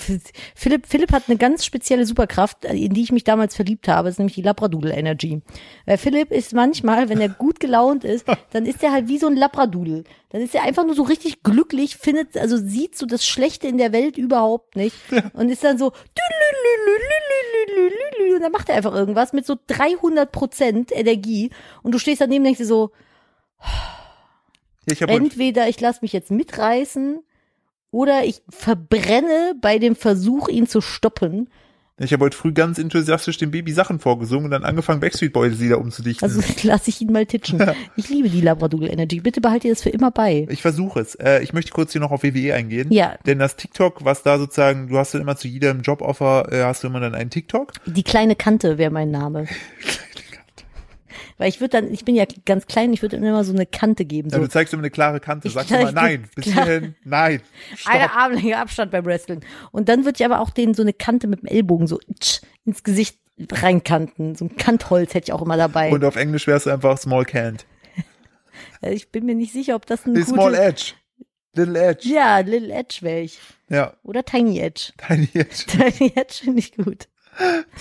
Philipp, Philipp hat eine ganz spezielle Superkraft, in die ich mich damals verliebt habe, ist nämlich die Labradoodle Energy. Weil Philipp ist manchmal, wenn er gut gelaunt ist, dann ist er halt wie so ein Labradoodle. Dann ist er einfach nur so richtig glücklich, findet, also sieht so das Schlechte in der Welt überhaupt nicht und ist dann so und dann macht er einfach irgendwas mit so 300 Prozent Energie und du stehst daneben und denkst dir so, Ja, ich hab heute- entweder ich lasse mich jetzt mitreißen oder ich verbrenne bei dem Versuch, ihn zu stoppen. Ich habe heute früh ganz enthusiastisch dem Baby Sachen vorgesungen und dann angefangen, Backstreet Boys Lieder umzudichten. Also lasse ich ihn mal titschen. Ich liebe die Labradoodle Energy. Bitte behalte ihr das für immer bei. ich versuche es. Äh, ich möchte kurz hier noch auf WWE eingehen. Ja. Denn das TikTok, was da sozusagen, du hast dann immer zu jedem Joboffer, äh, hast du immer dann einen TikTok. Die kleine Kante wäre mein Name. Weil ich würde dann, ich bin ja ganz klein, ich würde dann immer so eine Kante geben. Ja, So. Also du zeigst immer eine klare Kante, Ich sagst immer zeig- nein, bis klar. hierhin, nein, Eine stopp. Armlänge Abstand beim Wrestling. Und dann würde ich aber auch denen so eine Kante mit dem Ellbogen so tsch, ins Gesicht reinkanten. So ein Kantholz hätte ich auch immer dabei. Und auf Englisch wärst du einfach Small Can't. ich bin mir nicht sicher, ob das ein Nee, gutes... Small Edge. Little Edge. Ja, Little Edge wäre ich. Ja, Oder Tiny Edge. Tiny Edge. Tiny Edge finde ich gut.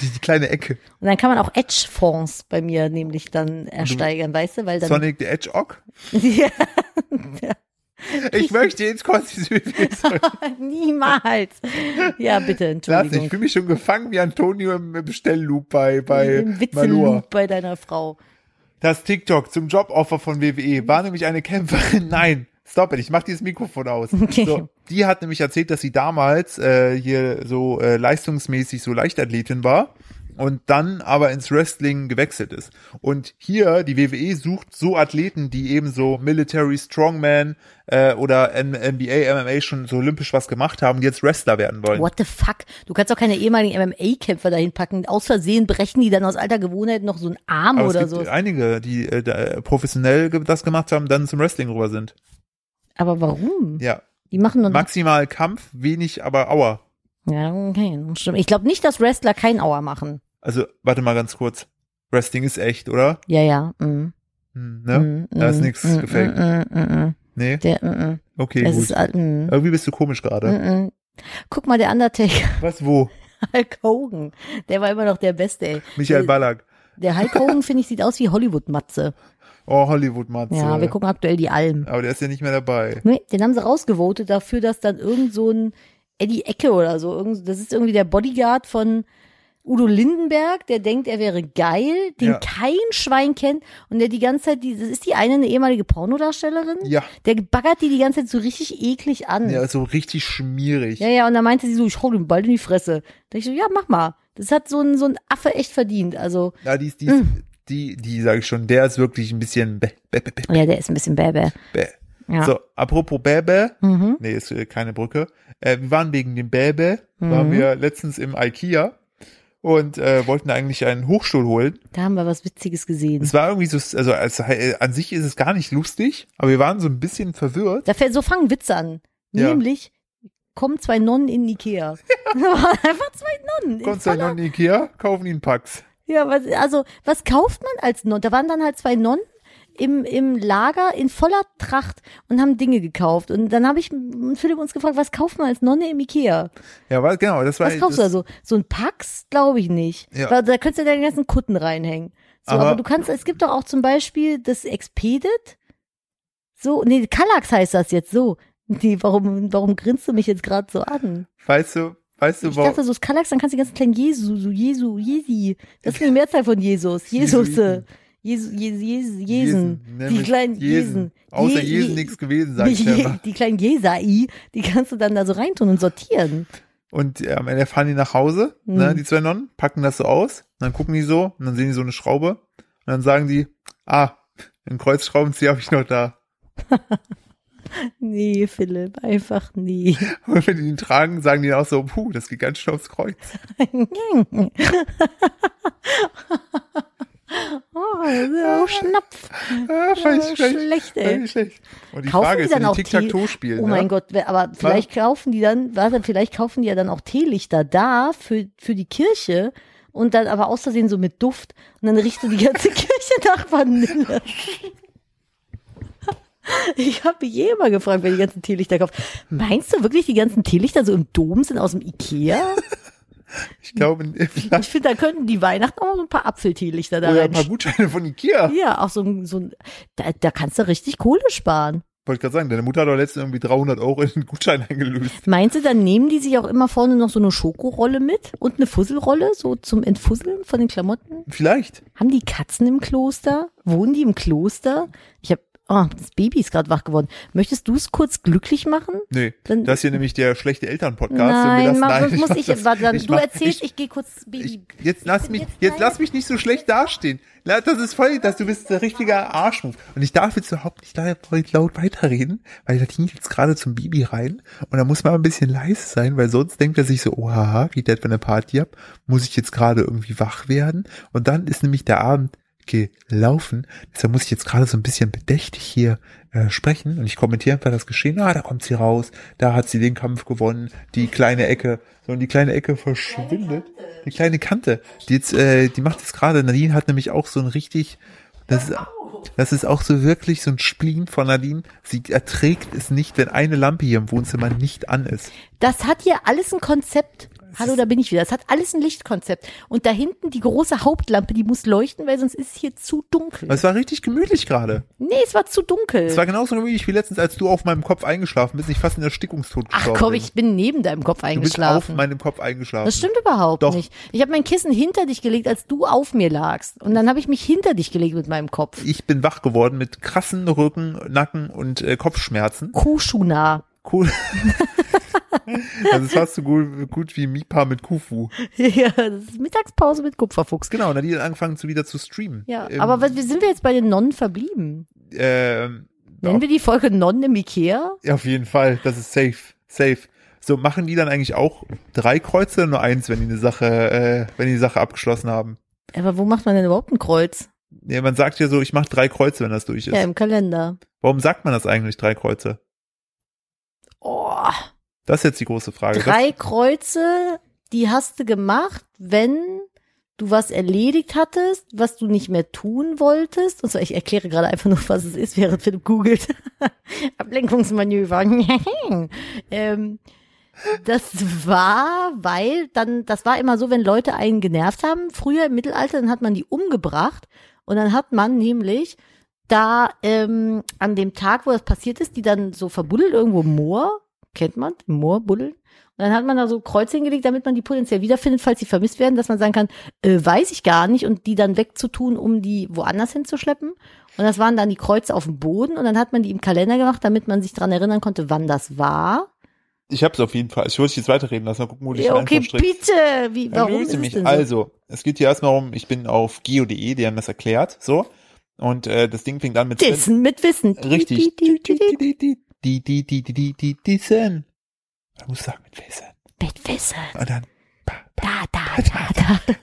Die, die kleine Ecke. Und dann kann man auch Edge-Fonds bei mir nämlich dann ersteigern, weißt du? Weil dann. Sonic the Edgehog. Ja, Ich möchte ins E Konstitution. niemals. Ja, bitte, Lass ich Entschuldigung. fühle mich schon gefangen wie Antonio im im Bestellloop bei, bei Im Malua. Witzeloop bei deiner Frau. Das TikTok zum Joboffer von WWE war nämlich eine Kämpferin. Nein, stop it, ich mach dieses Mikrofon aus. Okay. So, die hat nämlich erzählt, dass sie damals äh, hier so äh, leistungsmäßig so Leichtathletin war und dann aber ins Wrestling gewechselt ist. Und hier, die WWE sucht so Athleten, die eben so Military Strongman äh, oder N NBA, MMA schon so olympisch was gemacht haben, die jetzt Wrestler werden wollen. What the fuck? Du kannst doch keine ehemaligen MMA-Kämpfer dahin packen. Aus Versehen brechen die dann aus alter Gewohnheit noch so einen Arm Aber oder es so. gibt einige, die äh, da, professionell ge- das gemacht haben, dann zum Wrestling rüber sind. Aber warum? Ja, Die machen doch Maximal Kampf, wenig, aber Aua. Ja, okay, das stimmt. Ich glaube nicht, dass Wrestler kein Auer machen. Also, warte mal ganz kurz. Wrestling ist echt, oder? Ja, ja. Mm, Hm, ne? mm, da ist mm, nichts mm, gefaked. Mm, mm, mm, mm. Nee? Der, mm, mm. Okay, es gut. ist, Mhm. äh, mm. Irgendwie bist du komisch gerade. Mm-mm. Guck mal, der Undertaker, Was, wo? Hulk Hogan, der war immer noch der Beste, ey. Michael der, Ballack. der Hulk Hogan, finde ich, sieht aus wie Hollywood-Matze. Oh, Hollywood-Matze. Ja, wir gucken aktuell die Alben. aber der ist ja nicht mehr dabei. Nee, den haben sie rausgevotet dafür, dass dann irgend so ein Eddie Ecke oder so, irgend, das ist irgendwie der Bodyguard von Udo Lindenberg, der denkt, er wäre geil, den Ja. kein Schwein kennt und der die ganze Zeit, die, das ist die eine eine ehemalige Pornodarstellerin? Ja. Der baggert die die ganze Zeit so richtig eklig an. Ja, ist so richtig schmierig. Ja, ja, und dann meinte sie so, ich hau den Ball in die Fresse. Da ich so, ja, mach mal. Das hat so ein, so ein Affe echt verdient. Also, Ja, die ist, die, ist, die, die sage ich schon, der ist wirklich ein bisschen. Bäh, bäh, bäh, bäh, ja, der ist ein bisschen bäbä. bäh. Ja. So, apropos Bäbe, Mhm. nee, ist äh, keine Brücke. Äh, wir waren wegen dem Bäbe, waren Mhm. wir letztens im IKEA und äh, wollten eigentlich einen Hochstuhl holen. Da haben wir was Witziges gesehen. Es war irgendwie so, also als, äh, an sich ist es gar nicht lustig, aber wir waren so ein bisschen verwirrt. Da fällt, so fangen Witze an. Ja. Nämlich, kommen zwei Nonnen in Ikea. Einfach zwei Nonnen. in Kommen zwei voller- Nonnen in Ikea, kaufen ihnen Packs. Ja, was, also, was kauft man als Nonne? Da waren dann halt zwei Nonnen im, im Lager in voller Tracht und haben Dinge gekauft. Und dann habe ich m- Philipp uns gefragt, was kauft man als Nonne im Ikea? Ja, war, genau, das war Was kaufst du das- da so? So ein Pax? Glaube ich nicht. Ja. Da, da könntest du deine ganzen Kutten reinhängen. So, aber, Aber- du kannst, es gibt doch auch zum Beispiel das Expedit. So, nee, Kallax heißt das jetzt so. Nee, warum, warum grinst du mich jetzt gerade so an? Weißt du, weißt du, Ich warum? dachte, so ist Kallax, dann kannst du die ganzen kleinen Jesu, so Jesu, Jesi. Das ist die Mehrzahl von Jesus. Jesuse. Jesu, Jesu, Jesu, Jesen. Die nämlich kleinen Jesen. Außer Je- Jesen Je- nichts gewesen, sag ich dir Die, mal. die kleinen Jesai, die kannst du dann da so reintun und sortieren. Und äh, am Ende fahren die nach Hause, ne, Mhm. die zwei Nonnen, packen das so aus, und dann gucken die so und dann sehen die so eine Schraube und dann sagen die, ah, einen Kreuzschraubenzieher habe ich noch da. Nee, Philipp, einfach nie. Und wenn die ihn tragen, sagen die auch so, puh, das geht ganz schön aufs Kreuz. oh, das ist ja auch Schnapf. Ah, fand ich Ja, schlecht. schlecht, ey. fand ich schlecht. Und die Kaufen Frage die ist, wenn dann die auch Tic-Tac-Toe spielen, Oh ne? mein Gott, wer- aber vielleicht kaufen die dann, warte, vielleicht kaufen die ja dann auch Teelichter da für, für die Kirche und dann aber aus Versehen so mit Duft und dann riecht so die ganze Kirche nach Vanille. Ich habe mich eh immer gefragt, wer die ganzen Teelichter kauft. Meinst du wirklich, die ganzen Teelichter so im Dom sind aus dem Ikea? Ich glaube, Ich finde, da könnten die Weihnachten auch mal so ein paar Apfelteelichter da oder ein paar rein. Gutscheine von Ikea. Ja, auch so ein, so ein da, da kannst du richtig Kohle sparen. Wollte gerade sagen, deine Mutter hat doch letztens irgendwie 300 Euro in einen Gutschein eingelöst. Meinst du, dann nehmen die sich auch immer vorne noch so eine Schokorolle mit und eine Fusselrolle, so zum Entfusseln von den Klamotten? Vielleicht. Haben die Katzen im Kloster? Wohnen die im Kloster? Ich habe, oh, das Baby ist gerade wach geworden. Möchtest du es kurz glücklich machen? Nee, Dann- das hier nämlich der schlechte Eltern-Podcast. wenn wir nein, das, mach, sonst ich muss mach ich, das- warte, dann, ich du mach- erzählst, ich, ich, gehe kurz Baby. ich, Jetzt lass mich, jetzt lass mich nicht so schlecht dastehen. La- Das ist voll, dass du bist der richtige Arschmove. Und ich darf jetzt überhaupt nicht la- laut weiterreden, weil da ging jetzt gerade zum Bibi rein. Und da muss man ein bisschen leise sein, weil sonst denkt er sich so, oh haha, geht etwa eine Party ab? Muss ich jetzt gerade irgendwie wach werden? Und dann ist nämlich der Abend gelaufen. Deshalb muss ich jetzt gerade so ein bisschen bedächtig hier äh, sprechen und ich kommentiere einfach das Geschehen. Ah, da kommt sie raus, da hat sie den Kampf gewonnen, die kleine Ecke. So, und die kleine Ecke verschwindet. Die kleine Kante. Die jetzt, äh, die macht jetzt gerade, Nadine hat nämlich auch so ein richtig, das ist, das ist auch so wirklich so ein Spleen von Nadine. Sie erträgt es nicht, wenn eine Lampe hier im Wohnzimmer nicht an ist. Das hat hier alles ein Konzept. Hallo, da bin ich wieder. Das hat alles ein Lichtkonzept. Und da hinten die große Hauptlampe, die muss leuchten, weil sonst ist es hier zu dunkel. Aber es war richtig gemütlich gerade. Nee, es war zu dunkel. Es war genauso gemütlich wie letztens, als du auf meinem Kopf eingeschlafen bist, und ich fast in der Stickungstod Ach gestorben komm, bin. ich bin neben deinem Kopf Du bist auf eingeschlafen. meinem Kopf eingeschlafen. Das stimmt überhaupt Doch. nicht. Ich habe mein Kissen hinter dich gelegt, als du auf mir lagst. Und dann habe ich mich hinter dich gelegt mit meinem Kopf. Ich bin wach geworden mit krassen Rücken, Nacken und äh, Kopfschmerzen. Kuschuna. Cool. das ist fast so gut, gut wie Mipa mit Kufu. Ja, das ist Mittagspause mit Kupferfuchs. Genau, und dann die hat angefangen zu wieder zu streamen. Ja, Ähm, aber was, wie sind wir jetzt bei den Nonnen verblieben? ähm, Nennen wir die Folge Nonnen im Ikea? ja, auf jeden Fall, das ist safe, safe. So machen die dann eigentlich auch drei Kreuze oder nur eins, wenn die eine Sache, äh, wenn die, die Sache abgeschlossen haben. Aber wo macht man denn überhaupt ein Kreuz? Nee, man sagt ja so, ich mache drei Kreuze, wenn das durch ist. Ja, im Kalender. Warum sagt man das eigentlich drei Kreuze? Oh, Das ist jetzt die große Frage. drei Kreuze, die hast du gemacht, wenn du was erledigt hattest, was du nicht mehr tun wolltest. Und zwar, ich erkläre gerade einfach nur, was es ist, während Philipp googelt. Ablenkungsmanöver. ähm, das war, weil dann, das war immer so, wenn Leute einen genervt haben, früher im Mittelalter, dann hat man die umgebracht und dann hat man nämlich da ähm, an dem Tag, wo das passiert ist, die dann so verbuddelt irgendwo im Moor, kennt man, im Moor buddeln. Und dann hat man da so Kreuz hingelegt, damit man die potenziell wiederfindet, falls sie vermisst werden, dass man sagen kann, äh, weiß ich gar nicht und die dann wegzutun, um die woanders hinzuschleppen. Und das waren dann die Kreuze auf dem Boden und dann hat man die im Kalender gemacht, damit man sich dran erinnern konnte, wann das war. Ich hab's auf jeden Fall. Ich würde dich jetzt weiterreden lassen, mal gucken, wo du dich Ja, okay, verstrickst. bitte. Wie, Dann warum löse ist es mich. denn so? Also, es geht hier erstmal um, ich bin auf geo.de, die haben das erklärt, so. Und äh, das Ding fängt an mit Sven. Dissen mit Wissen. Richtig. Di, di, di, di, di. Die, die, die, die, die, die, die Sen. Man muss sagen, mit Wissen. Mit Wissen. Und dann. Pa, pa. Da, da, da, da.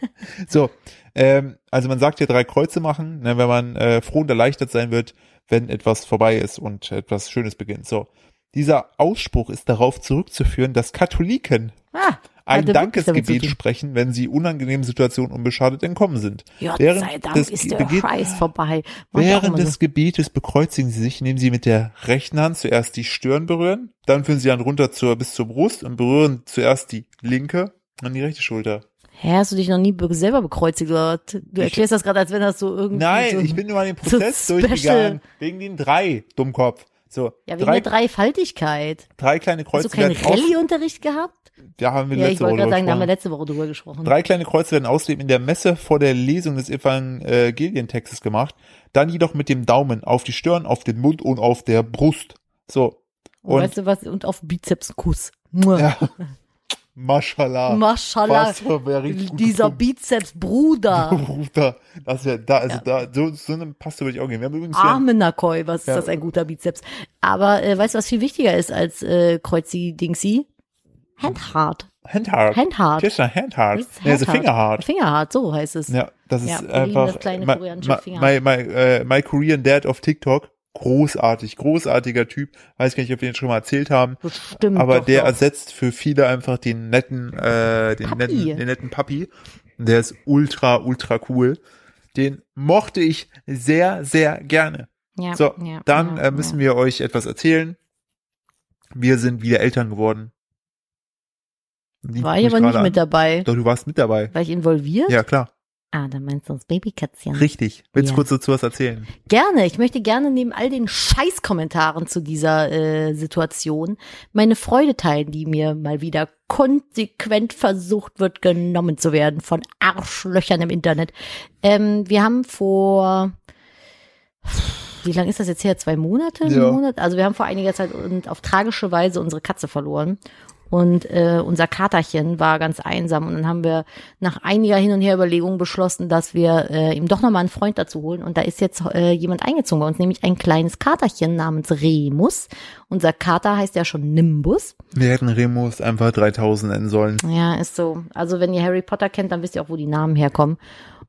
So, ähm, also man sagt hier drei Kreuze machen, ne, wenn man äh, froh und erleichtert sein wird, wenn etwas vorbei ist und etwas Schönes beginnt. So, dieser Ausspruch ist darauf zurückzuführen, dass Katholiken Ah, ein hatte wirklich damit Dankesgebet zu tun. sprechen, wenn sie unangenehmen Situationen unbeschadet entkommen sind. Gott Während sei Dank des ist Ge- der Bege- Scheiß vorbei. Mach doch Während mal so. des Gebetes bekreuzigen sie sich, indem sie mit der rechten Hand zuerst die Stirn berühren, dann führen sie dann runter zur, bis zur Brust und berühren zuerst die linke und die rechte Schulter. Hä, hast du dich noch nie be- selber bekreuzigt? Oder? was? Du Ich- erklärst das gerade, als wenn das so irgendwie Nein, so ich bin nur mal den so Prozess special. durchgegangen. Wegen den drei, Dummkopf. So, Ja, wegen drei, der Dreifaltigkeit. drei kleine Hast Kreuze du keinen werden aus- Rallye-Unterricht gehabt? Da haben wir Ja, ich letzte Woche wollte gerade drüber sagen, da haben wir gesprochen. letzte Woche drüber gesprochen. Drei kleine Kreuze werden außerdem in der Messe vor der Lesung des Evangelientextes gemacht. Dann jedoch mit dem Daumen auf die Stirn, auf den Mund und auf der Brust. So. und, Und, weißt du was? Und auf Bizepskuss. Mua. ja. Maschallah. Maschallah. Was für wer richtig gut Dieser getrunken. Bizepsbruder. Bruder. Das wär, da, also da, so, so einem passt würde ich auch gehen. Wir haben übrigens hier ein- Armenakoi, was ist Ja. das ein guter Bizeps? Aber äh, weißt du, was viel wichtiger ist als äh, Kreuzi-Dingsy? Handhard. Handhard. Handhard. Hier ist ein Handhard. Das ist Nee, also Handhard. Fingerhard. Fingerhard, so heißt es. Ja, das Ja, ist Berlin, einfach. das kleine my, koreanische Finger. my, my, äh, my Korean Dad auf TikTok, großartig, großartiger Typ. Weiß gar nicht, ob wir den schon mal erzählt haben. Bestimmt. aber Hm, doch der noch. ersetzt für viele einfach den netten, äh, den Papi. netten, den netten Papi. Und Der ist ultra, ultra cool. Den mochte ich sehr, sehr gerne. Ja, So, ja, dann ja, äh, müssen wir euch etwas erzählen. Wir sind wieder Eltern geworden. Liegt War ich mich aber nicht gerade mit an. dabei. Doch, du warst mit dabei. War ich involviert? Ja, klar. Ah, dann meinst du uns Babykätzchen. Richtig. Willst du Ja. kurz dazu was erzählen? Gerne, ich möchte gerne neben all den Scheißkommentaren zu dieser äh, Situation meine Freude teilen, die mir mal wieder konsequent versucht wird, genommen zu werden von Arschlöchern im Internet. Ähm, wir haben vor, wie lange ist das jetzt her? Zwei Monate? Ja. Ein Monat? Also wir haben vor einiger Zeit und auf tragische Weise unsere Katze verloren. Und äh, unser Katerchen war ganz einsam. Und dann haben wir nach einiger Hin- und Herüberlegung beschlossen, dass wir äh, ihm doch nochmal einen Freund dazu holen. Und da ist jetzt äh, jemand eingezogen bei uns, nämlich ein kleines Katerchen namens Remus. Unser Kater heißt ja schon Nimbus. Wir hätten Remus einfach 3000 nennen sollen. Ja, ist so. Also wenn ihr Harry Potter kennt, dann wisst ihr auch, wo die Namen herkommen.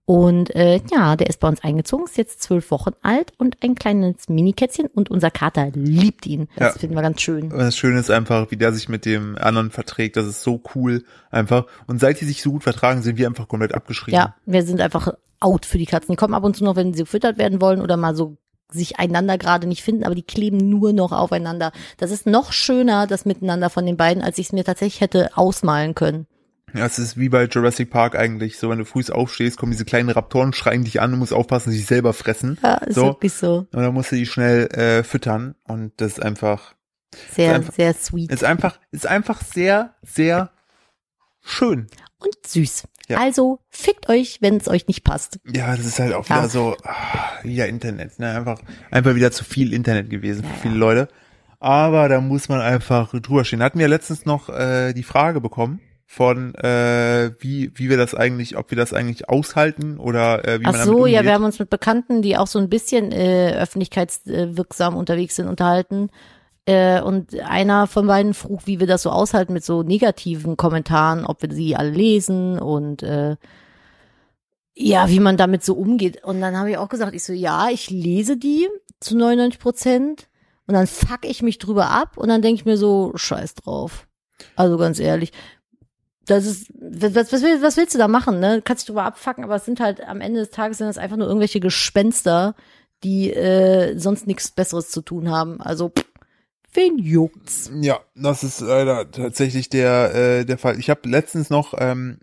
Und äh, ja, der ist bei uns eingezogen, ist jetzt zwölf Wochen alt und ein kleines Minikätzchen und unser Kater liebt ihn. Das Ja. finden wir ganz schön. Und das Schöne ist einfach, wie der sich mit dem anderen verträgt. Das ist so cool einfach. Und seit die sich so gut vertragen, sind wir einfach komplett abgeschrieben. Ja, wir sind einfach out für die Katzen. Die kommen ab und zu noch, wenn sie gefüttert werden wollen oder mal so sich einander gerade nicht finden, aber die kleben nur noch aufeinander. Das ist noch schöner, das Miteinander von den beiden, als ich es mir tatsächlich hätte ausmalen können. Ja, es ist wie bei Jurassic Park eigentlich. So, wenn du früh aufstehst, kommen diese kleinen Raptoren, schreien dich an, du musst aufpassen, dass sie sich selber fressen. Ja, ist So. wirklich so. Und dann musst du die schnell äh, füttern. Und das ist einfach, Sehr, einfach- sehr sweet. ist einfach, ist einfach sehr, sehr schön. und süß. Ja. Also fickt euch, wenn es euch nicht passt. Ja, das ist halt auch Ja. wieder so, ah, wieder Internet, ne? Einfach, einfach wieder zu viel Internet gewesen für viele Leute. Aber da muss man einfach drüber stehen. Hatten wir letztens noch äh, die Frage bekommen von äh, wie wie wir das eigentlich, ob wir das eigentlich aushalten oder äh, wie man Ach damit so, umgeht. ja, wir haben uns mit Bekannten, die auch so ein bisschen äh, öffentlichkeitswirksam unterwegs sind, unterhalten. Äh, und einer von beiden frug, wie wir das so aushalten mit so negativen Kommentaren, ob wir sie alle lesen und äh, ja, wie man damit so umgeht. Und dann habe ich auch gesagt, ich so, ja, ich lese die zu 99 Prozent und dann fuck ich mich drüber ab und dann denke ich mir so, scheiß drauf. Also ganz ehrlich. Das ist, was, was, will- was willst du da machen, ne? Du kannst dich drüber abfacken, aber es sind halt am Ende des Tages sind das einfach nur irgendwelche Gespenster, die äh, sonst nichts Besseres zu tun haben. Also, pff, wen juckt's? ja, das ist leider tatsächlich der äh, der Fall. Ich habe letztens noch ähm,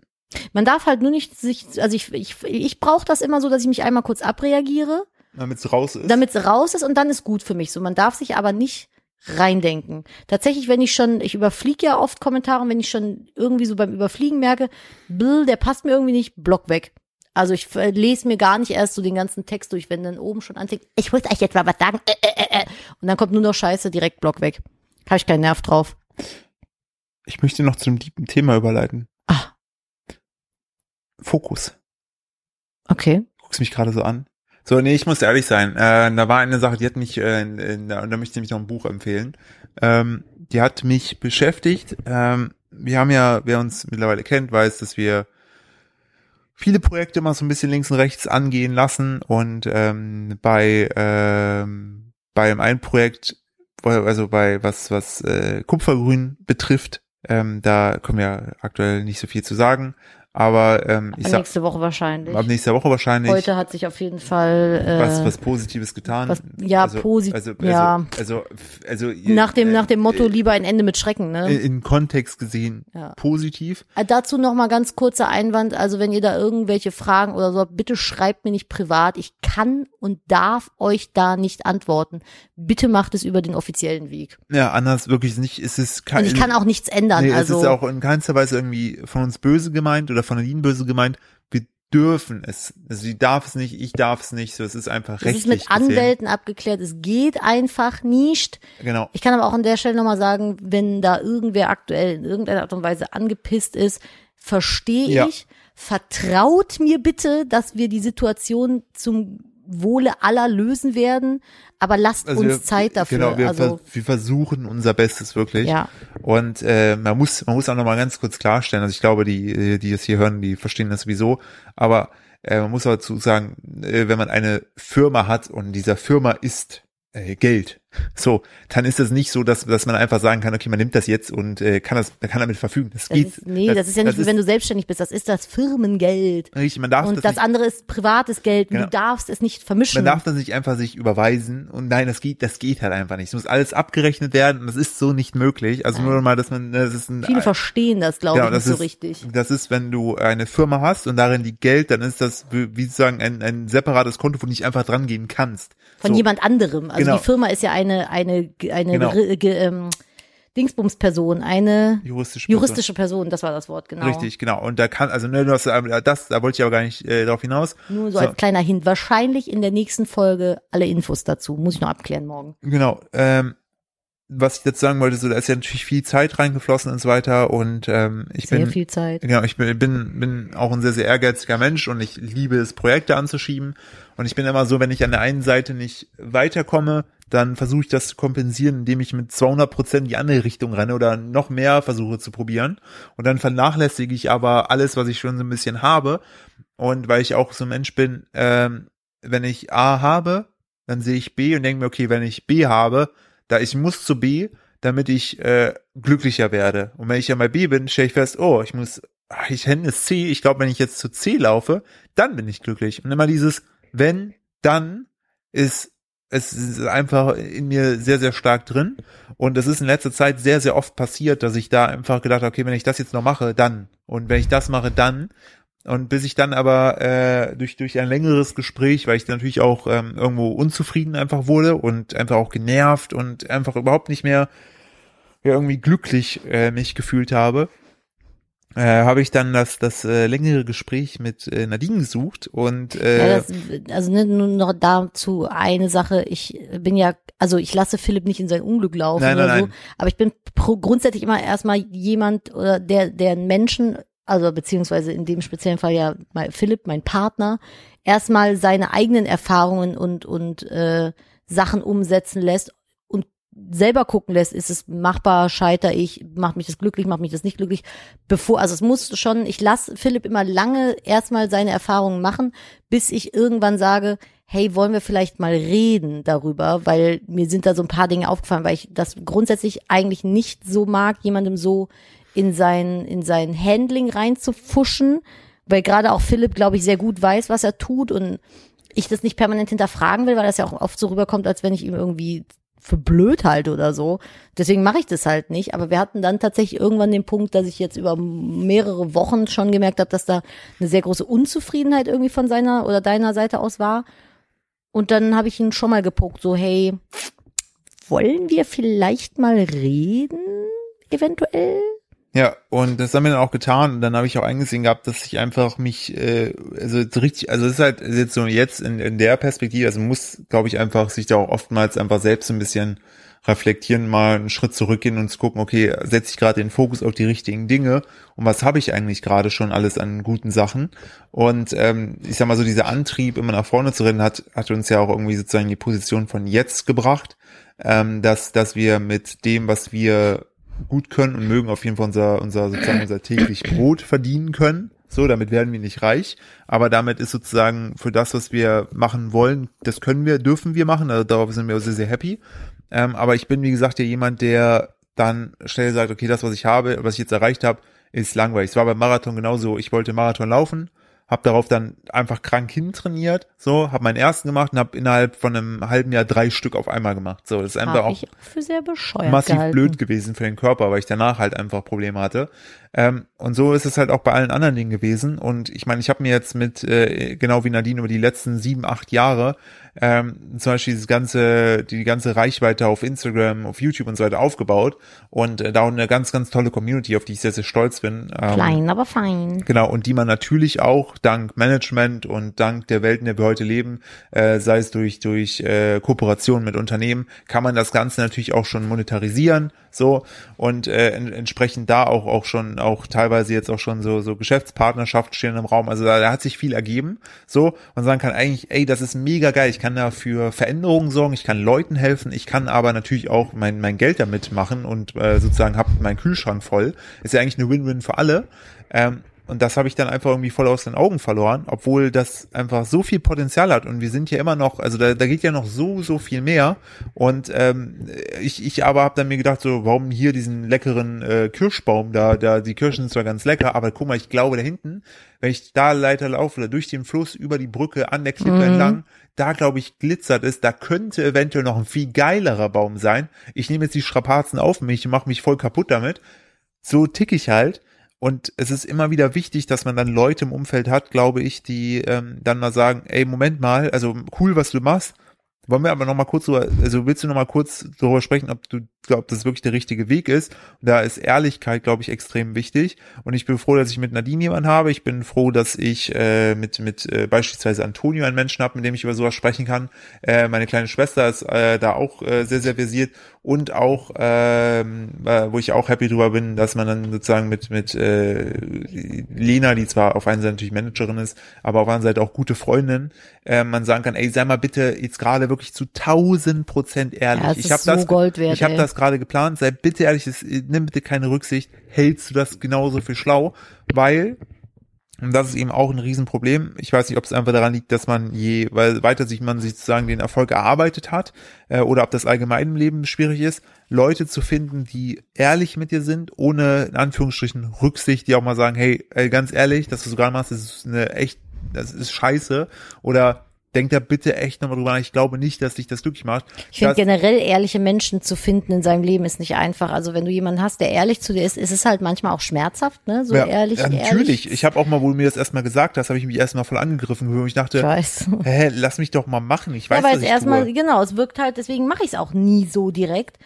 Man darf halt nur nicht sich, also ich, ich, ich brauche das immer so, dass ich mich einmal kurz abreagiere. damit es raus ist. damit es raus ist und dann ist gut für mich. So, man darf sich aber nicht reindenken. Tatsächlich, wenn ich schon, ich überfliege ja oft Kommentare, und wenn ich schon irgendwie so beim Überfliegen merke, bl, der passt mir irgendwie nicht, Block weg. Also ich äh, lese mir gar nicht erst so den ganzen Text durch, wenn dann oben schon anfängt, ich wollte euch jetzt mal was sagen, äh, äh, äh, äh. und dann kommt nur noch Scheiße, direkt Block weg. Habe ich keinen Nerv drauf. Ich möchte noch zu einem tiefen Thema überleiten. Ah. Fokus. Okay. Guckst mich gerade so an. So, nee, ich muss ehrlich sein. Äh, da war eine Sache, die hat mich, äh, in, in, da, und da möchte ich nämlich noch ein Buch empfehlen. Ähm, die hat mich beschäftigt. Ähm, wir haben ja, wer uns mittlerweile kennt, weiß, dass wir viele Projekte immer so ein bisschen links und rechts angehen lassen und ähm, bei ähm, bei einem Projekt, also bei was was äh, Kupfergrün betrifft, ähm, da können wir aktuell nicht so viel zu sagen, aber ähm, ich Ab sag nächste Woche wahrscheinlich. ab nächster Woche wahrscheinlich Heute hat sich auf jeden Fall äh, was was Positives getan. was- ja, posi- also, also, ja. also f- also ihr- nach dem äh, nach dem Motto äh, lieber ein Ende mit Schrecken, ne? in, in Kontext gesehen Ja. positiv. Äh, Dazu noch mal ganz kurzer Einwand. Also wenn ihr da irgendwelche Fragen oder so, habt, bitte schreibt mir nicht privat. Ich kann und darf euch da nicht antworten. Bitte macht es über den offiziellen Weg. Ja, anders wirklich nicht. Es ist kein, Und Also, ich kann auch nichts ändern. Nee, also es ist auch in keinster Weise irgendwie von uns böse gemeint oder von Aline böse gemeint. Wir dürfen es. Also sie darf es nicht, ich darf es nicht. So, es ist einfach es rechtlich ist mit Anwälten abgeklärt. Es geht einfach nicht. Gesehen. Genau. Ich kann aber auch an der Stelle nochmal sagen, wenn da irgendwer aktuell in irgendeiner Art und Weise angepisst ist, verstehe Ja. ich. Vertraut mir bitte, dass wir die Situation zum Wohle aller lösen werden, aber lasst Also uns wir- Zeit dafür. Genau, wir, also, vers- wir versuchen unser Bestes wirklich. ja, Und äh, man muss, man muss auch nochmal ganz kurz klarstellen, also ich glaube, die, äh, die das hier hören, die verstehen das sowieso, aber äh, man muss dazu sagen, äh, wenn man eine Firma hat und in dieser Firma ist äh, Geld, so, dann ist es nicht so, dass, dass man einfach sagen kann, okay, man nimmt das jetzt und äh, kann das, kann damit verfügen. Das, das geht. ist, nee, das, ist ja nicht, wie wenn du selbstständig bist. Das ist das Firmengeld. Richtig, man darf Und das das nicht, andere ist privates Geld. Genau. Du darfst es nicht vermischen. man darf das nicht einfach sich überweisen und nein, das geht, das geht halt einfach nicht. Es muss alles abgerechnet werden und das ist so nicht möglich. Also nur mal, dass man, das ist ein, Viele verstehen das, glaube Genau, ich, nicht das so ist- richtig. Das ist, wenn du eine Firma hast und darin liegt Geld, dann ist das wie wie sozusagen ein, ein separates Konto, wo du nicht einfach dran gehen kannst. Von so, jemand anderem. Also Genau. die Firma ist ja eine, eine, eine Genau. ge, ge, ähm, Dingsbums-Person, eine juristisch. juristische Person, das war das Wort, genau. Richtig, genau. Und da kann, also ne, du hast äh, das, da wollte ich aber gar nicht äh, darauf hinaus. Nur so, So. als kleiner Hint. Wahrscheinlich in der nächsten Folge alle Infos dazu. Muss ich noch abklären morgen. Genau. Ähm, was ich jetzt sagen wollte, so da ist ja natürlich viel Zeit reingeflossen und so weiter. Und ähm, ich Sehr bin viel Zeit. Genau, ich bin, bin, bin auch ein sehr, sehr ehrgeiziger Mensch und ich liebe es, Projekte anzuschieben. Und ich bin immer so, wenn ich an der einen Seite nicht weiterkomme, dann versuche ich das zu kompensieren, indem ich mit 200 Prozent die andere Richtung renne oder noch mehr versuche zu probieren. Und dann vernachlässige ich aber alles, was ich schon so ein bisschen habe. Und weil ich auch so ein Mensch bin, ähm, wenn ich A habe, dann sehe ich B und denke mir, okay, wenn ich B habe, da ich muss zu B, damit ich äh, glücklicher werde. Und wenn ich ja mal B bin, stelle ich fest, oh, ich muss, ah, ich hände es C. Ich glaube, wenn ich jetzt zu C laufe, dann bin ich glücklich. Und immer dieses wenn, dann ist es ist einfach in mir sehr, sehr stark drin. Und das ist in letzter Zeit sehr, sehr oft passiert, dass ich da einfach gedacht habe, okay, wenn ich das jetzt noch mache, dann. Und wenn ich das mache, dann. Und bis ich dann aber äh, durch, durch ein längeres Gespräch, weil ich dann natürlich auch ähm, irgendwo unzufrieden einfach wurde und einfach auch genervt und einfach überhaupt nicht mehr ja, irgendwie glücklich äh, mich gefühlt habe, äh, habe ich dann das, das äh, längere Gespräch mit äh, Nadine gesucht und äh, Ja, das, also ne, nur noch dazu eine Sache. Ich bin ja, also ich lasse Philipp nicht in sein Unglück laufen Nein, oder nein, so. nein. Aber ich bin pro, grundsätzlich immer erstmal jemand oder der, der einen Menschen, also beziehungsweise in dem speziellen Fall ja mein, Philipp, mein Partner, erstmal seine eigenen Erfahrungen und und äh, Sachen umsetzen lässt und selber gucken lässt, ist es machbar, scheiter ich, macht mich das glücklich, macht mich das nicht glücklich, bevor, also es muss schon, ich lasse Philipp immer lange erstmal seine Erfahrungen machen, bis ich irgendwann sage, hey, wollen wir vielleicht mal reden darüber, weil mir sind da so ein paar Dinge aufgefallen, weil ich das grundsätzlich eigentlich nicht so mag, jemandem so in sein, in sein Handling reinzufuschen, weil gerade auch Philipp, glaube ich, sehr gut weiß, was er tut und ich das nicht permanent hinterfragen will, weil das ja auch oft so rüberkommt, als wenn ich ihm irgendwie für blöd halte oder so. Deswegen mache ich das halt nicht. Aber wir hatten dann tatsächlich irgendwann den Punkt, dass ich jetzt über mehrere Wochen schon gemerkt habe, dass da eine sehr große Unzufriedenheit irgendwie von seiner oder deiner Seite aus war. Und dann habe ich ihn schon mal gepokt, so, hey, wollen wir vielleicht mal reden? Eventuell? Ja, und das haben wir dann auch getan und dann habe ich auch eingesehen gehabt, dass ich einfach mich, äh, also jetzt richtig, also es ist halt jetzt so jetzt in, in der Perspektive, also man muss, glaube ich, einfach sich da auch oftmals einfach selbst ein bisschen reflektieren, mal einen Schritt zurückgehen und zu gucken, okay, setze ich gerade den Fokus auf die richtigen Dinge und was habe ich eigentlich gerade schon alles an guten Sachen? Und ähm, ich sag mal so, dieser Antrieb, immer nach vorne zu rennen, hat, hat uns ja auch irgendwie sozusagen die Position von jetzt gebracht, ähm, dass, dass wir mit dem, was wir gut können und mögen, auf jeden Fall unser, unser sozusagen unser täglich Brot verdienen können. So, damit werden wir nicht reich, aber damit ist sozusagen für das, was wir machen wollen, das können wir, dürfen wir machen, also darauf sind wir sehr, sehr happy. Ähm, aber ich bin, wie gesagt, ja jemand, der dann schnell sagt, okay, das, was ich habe, was ich jetzt erreicht habe, ist langweilig. Es war beim Marathon genauso, ich wollte Marathon laufen, habe darauf dann einfach krank hintrainiert, so, habe meinen ersten gemacht und habe innerhalb von einem halben Jahr drei Stück auf einmal gemacht. So, das ist einfach Hab auch ich für sehr bescheuert massiv gehalten. blöd gewesen für den Körper, weil ich danach halt einfach Probleme hatte. Ähm, und so ist es halt auch bei allen anderen Dingen gewesen. Und ich meine, ich habe mir jetzt mit, äh, genau wie Nadine, über die letzten sieben, acht Jahre ähm, zum Beispiel dieses ganze, die ganze Reichweite auf Instagram, auf YouTube und so weiter aufgebaut und äh, da auch eine ganz, ganz tolle Community, auf die ich sehr, sehr stolz bin. Ähm, Klein, aber fein. Genau, und die man natürlich auch dank Management und dank der Welt, in der wir heute leben, äh, sei es durch, durch äh, Kooperation mit Unternehmen, kann man das Ganze natürlich auch schon monetarisieren, so und äh, en entsprechend da auch, auch schon, auch teilweise jetzt auch schon so, so Geschäftspartnerschaften stehen im Raum. Also da, da hat sich viel ergeben, so und sagen kann eigentlich, ey, das ist mega geil, ich kann dafür Veränderungen sorgen, ich kann Leuten helfen, ich kann aber natürlich auch mein, mein Geld damit machen und äh, sozusagen habe meinen Kühlschrank voll. Ist ja eigentlich eine Win-Win für alle. Ähm, und das habe ich dann einfach irgendwie voll aus den Augen verloren, obwohl das einfach so viel Potenzial hat. Und wir sind ja immer noch, also da, da geht ja noch so, so viel mehr. Und ähm, ich, ich aber habe dann mir gedacht, so, warum hier diesen leckeren äh, Kirschbaum da, da, die Kirschen sind zwar ganz lecker, aber guck mal, ich glaube da hinten, wenn ich da Leiter laufe, oder durch den Fluss, über die Brücke, an der Klippe Mhm. entlang, da glaube ich glitzert es, da könnte eventuell noch ein viel geilerer Baum sein. Ich nehme jetzt die Strapazen auf mich und mache mich voll kaputt damit. So tick ich halt. Und es ist immer wieder wichtig, dass man dann Leute im Umfeld hat, glaube ich, die ähm, dann mal sagen, ey, Moment mal, also cool, was du machst. Wollen wir aber noch mal kurz drüber, also willst du noch mal kurz darüber sprechen, ob du glaubst, das wirklich der richtige Weg ist? Da ist Ehrlichkeit, glaube ich, extrem wichtig. Und ich bin froh, dass ich mit Nadine jemanden habe. Ich bin froh, dass ich äh, mit mit äh, beispielsweise Antonio einen Menschen habe, mit dem ich über sowas sprechen kann. Äh, meine kleine Schwester ist äh, da auch äh, sehr sehr versiert und auch ähm, äh, wo ich auch happy drüber bin, dass man dann sozusagen mit mit äh, Lena, die zwar auf einer Seite natürlich Managerin ist, aber auf der anderen Seite auch gute Freundin, äh, man sagen kann, ey, sei mal bitte jetzt gerade wirklich zu 1000 Prozent ehrlich. Ja, das ich ist habe so das Gold wert, ich habe ey. das gerade geplant, sei bitte ehrlich, es, nimm bitte keine Rücksicht, hältst du das genauso für schlau, weil, und das ist eben auch ein Riesenproblem, ich weiß nicht, ob es einfach daran liegt, dass man je, weil weiter sich man sich sozusagen den Erfolg erarbeitet hat, äh, oder ob das allgemein im Leben schwierig ist, Leute zu finden, die ehrlich mit dir sind, ohne in Anführungsstrichen Rücksicht, die auch mal sagen, hey, äh, ganz ehrlich, dass du so gerade machst, das ist eine echt, das ist scheiße, oder Denk da bitte echt nochmal drüber nach. Ich glaube nicht, dass dich das glücklich macht. Ich finde Das- generell ehrliche Menschen zu finden in seinem Leben ist nicht einfach. Also wenn du jemanden hast, der ehrlich zu dir ist, ist es halt manchmal auch schmerzhaft, ne? So ehrlich, ja, ehrlich. natürlich. Ich habe auch mal, wo du mir das erstmal gesagt hast, habe ich mich erstmal voll angegriffen gefühlt. und Ich Ich dachte, weiß. hä, lass mich doch mal machen. Ich weiß, ja, weil was es ich erstmal, tue. genau, es wirkt halt, deswegen mache ich es auch nie so direkt,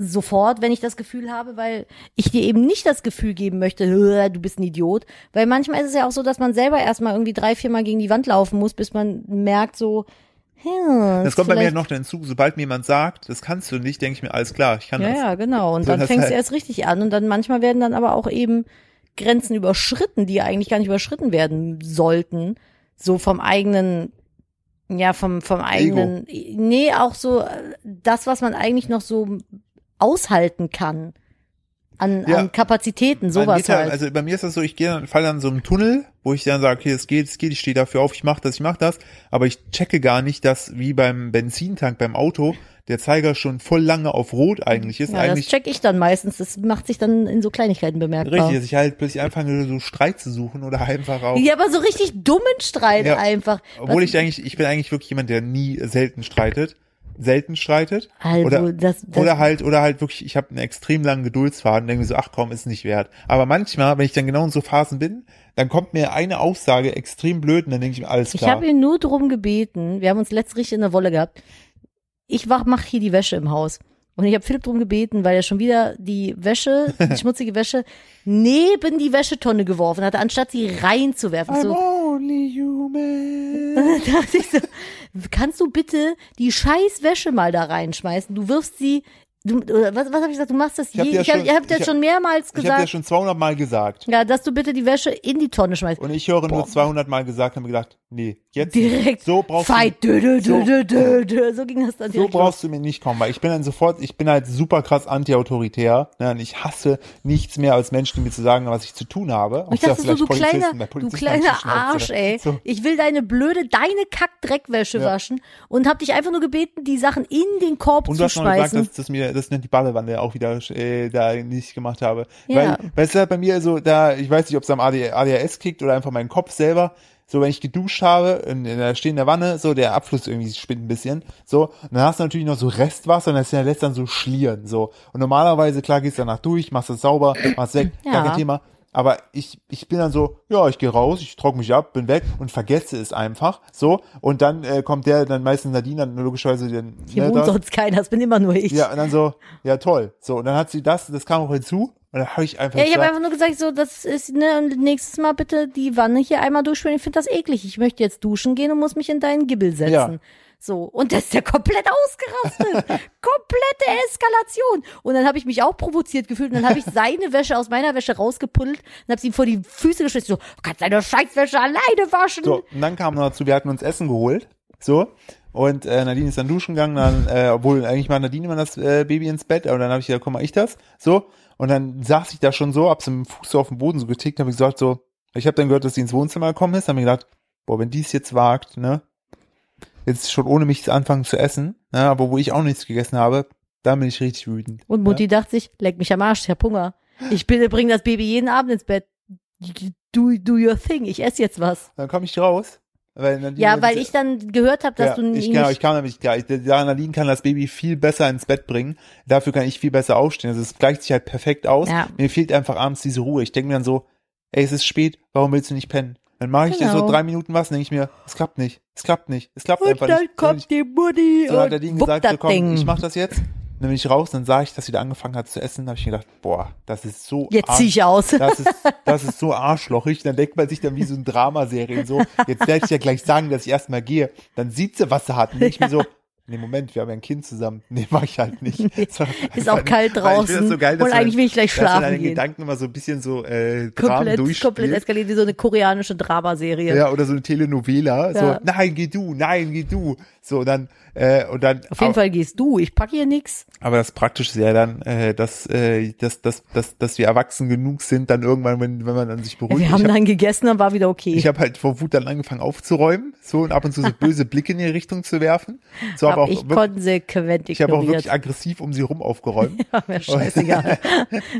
sofort, wenn ich das Gefühl habe, weil ich dir eben nicht das Gefühl geben möchte, "Hö, du bist ein Idiot. Weil manchmal ist es ja auch so, dass man selber erstmal irgendwie drei, viermal gegen die Wand laufen muss, bis man merkt so, hm, Das ist kommt bei mir vielleicht- noch hinzu. Sobald mir jemand sagt, das kannst du nicht, denke ich mir, alles klar, ich kann Ja, das. ja, genau. Und So, dann das fängst du heißt- erst richtig an und dann manchmal werden dann aber auch eben Grenzen überschritten, die eigentlich gar nicht überschritten werden sollten. So vom eigenen, ja, vom, vom eigenen, nee, auch so äh, das, was man eigentlich noch so aushalten kann. An, Ja. an Kapazitäten, sowas bei mir, halt. Also bei mir ist das so, ich gehe dann, fall dann so im Tunnel, wo ich dann sage, okay, es geht, es geht, ich stehe dafür auf, ich mache das, ich mache das, aber ich checke gar nicht, dass wie beim Benzintank beim Auto der Zeiger schon voll lange auf Rot eigentlich ist. ja, das eigentlich check ich dann meistens. Das macht sich dann in so Kleinigkeiten bemerkbar. richtig, dass ich halt plötzlich anfange, so Streit zu suchen oder einfach auch. Ja, aber so richtig dummen Streit Ja. einfach. Obwohl Was- ich eigentlich, ich bin eigentlich wirklich jemand, der nie selten streitet. Selten streitet. also, oder, das, das oder halt, oder halt wirklich, ich habe einen extrem langen Geduldsfaden, denke mir so, ach komm, ist nicht wert. Aber manchmal, wenn ich dann genau in so Phasen bin, dann kommt mir eine Aussage extrem blöd und dann denke ich mir, alles Ich klar. habe ihn nur drum gebeten, wir haben uns letzt richtig in der Wolle gehabt. Ich mache hier die Wäsche im Haus. Und ich habe Philipp drum gebeten, weil er schon wieder die Wäsche, die schmutzige Wäsche, neben die Wäschetonne geworfen hatte, anstatt sie reinzuwerfen. Ich I'm So, only human. dachte ich so, kannst du bitte die scheiß Wäsche mal da reinschmeißen? Du wirfst sie Du, oder was, was habe ich gesagt? Du machst das hab je. dir ich habe schon- hab, dir ich hab- schon mehrmals Ich habe ja gesagt, schon 200 Mal gesagt. ja, dass du bitte die Wäsche in die Tonne schmeißt. Und ich höre Boah. nur 200 Mal gesagt, habe mir gedacht, nee, jetzt nicht. direkt. so brauchst du Fight. Dö, dö, dö, so- dö, dö, dö. So ging das dann So direkt. los. brauchst du mir nicht kommen, weil ich bin dann sofort, ich bin halt super krass antiautoritär. Ne, und ich hasse nichts mehr als Menschen, die mir zu sagen, was ich zu tun habe. Und ich dachte so, du kleiner, der du Polizist kleiner anzuschnauzen. Arsch, ey. So, Ich will deine blöde, deine Kack-Dreckwäsche Ja. waschen und hab dich einfach nur gebeten, die Sachen in den Korb und du zu hast noch gesagt, schmeißen. dass, dass mir dass ich die Badewanne auch wieder äh, da nicht gemacht habe. Ja. Weil, weißt du, halt bei mir so, da, ich weiß nicht, ob es am AD, ADHS kickt oder einfach meinen Kopf selber. So, wenn ich geduscht habe, in, in der stehenden Wanne, so, der Abfluss irgendwie spinnt ein bisschen. So, und dann hast du natürlich noch so Restwasser und das ja lässt dann so schlieren. So. Und normalerweise, klar, gehst du danach durch, machst es sauber, machst weg, Ja. gar kein Thema. Aber ich, ich bin dann so, ja, ich gehe raus, ich trockne mich ab, bin weg und vergesse es einfach. So. Und dann äh, kommt der dann meistens Nadine dann logischerweise den. Hier ne, wohnt das- sonst keiner, das bin immer nur ich. ja, und dann so, ja toll. So, und dann hat sie das, das kam auch hinzu. Und dann habe ich einfach Ja, ich habe gesagt, einfach nur gesagt, so, das ist, ne, und nächstes Mal bitte die Wanne hier einmal durchspülen. Ich finde das eklig. Ich möchte jetzt duschen gehen und muss mich in deinen Gibbel setzen. Ja. So. Und das ist ja komplett ausgerastet. Komplette Eskalation. Und dann habe ich mich auch provoziert gefühlt. Und dann habe ich seine Wäsche aus meiner Wäsche rausgepuddelt und habe sie ihm vor die Füße geschmissen. So, du kannst deine Scheißwäsche alleine waschen. so, und dann kam noch dazu, wir hatten uns Essen geholt. So. Und äh, Nadine ist dann duschen gegangen, dann, äh, obwohl eigentlich war Nadine immer das äh, Baby ins Bett, aber dann habe ich gesagt, komm mal ich das. So. Und dann saß ich da schon so, hab's im Fuß so auf dem Boden so getickt, habe gesagt, so, ich habe dann gehört, dass sie ins Wohnzimmer gekommen ist, habe mir gedacht, boah, wenn die es jetzt wagt, ne, jetzt schon ohne mich anfangen zu essen, ne, aber wo ich auch nichts gegessen habe, da bin ich richtig wütend. Und Mutti dachte sich, leck mich am Arsch, ich hab Hunger. Ich bin- bring das Baby jeden Abend ins Bett. Do, do your thing. Ich esse jetzt was. Dann komme ich raus. Weil Nadine Ja, weil ich dann gehört habe, dass ja, du ihn ich, nicht. genau, ich kam damit klar. Ich, der Nadine kann das Baby viel besser ins Bett bringen. Dafür kann ich viel besser aufstehen. Also es gleicht sich halt perfekt aus. Ja. Mir fehlt einfach abends diese Ruhe. Ich denke mir dann so, ey, es ist spät, warum willst du nicht pennen? Dann mache ich dir Genau. so drei Minuten was, denke ich mir, es klappt nicht, es klappt nicht, es klappt Und einfach dann nicht. kommt die Mutti so hat und Nadine wuppt gesagt, das so, komm, Ding. ich mach das jetzt. Dann bin ich raus, dann sah ich, dass sie da angefangen hat zu essen. Da habe ich mir gedacht, boah, das ist so Jetzt arm. zieh ich aus. Das ist, das ist so arschlochig. Dann denkt man sich dann wie so ein Dramaserie so. Jetzt werde ich ja gleich sagen, dass ich erstmal gehe. Dann sieht sie, was sie hat. Und denk ich mir so, nee, Moment, wir haben ja ein Kind zusammen. Nee, mach ich halt nicht. So, Ist auch kalt weil ich find draußen. das so geil, dass und du dann- eigentlich will ich gleich dass du deine schlafen gehen. Gedanken immer so ein bisschen so äh, Dramen Komplett, durchspielst. komplett eskaliert wie so eine koreanische Dramaserie. Ja, oder so eine Telenovela. Ja. So, nein, geh du, nein, geh du. So, dann, äh, und dann. Auf jeden Fall gehst du, ich pack hier nix. Aber das Praktische ist ja dann, äh, dass, äh, dass, dass, dass, dass wir erwachsen genug sind, dann irgendwann, wenn, wenn man dann sich Ja, beruhigt. wir Ich haben hab- dann gegessen, dann war wieder okay. ich habe halt vor Wut dann angefangen aufzuräumen, so und ab und zu so böse Blicke in ihre Richtung zu werfen. So, aber, Hab auch ich wirklich, konsequent ich habe auch ignoriert. wirklich aggressiv um sie rum aufgeräumt. War mir scheißegal.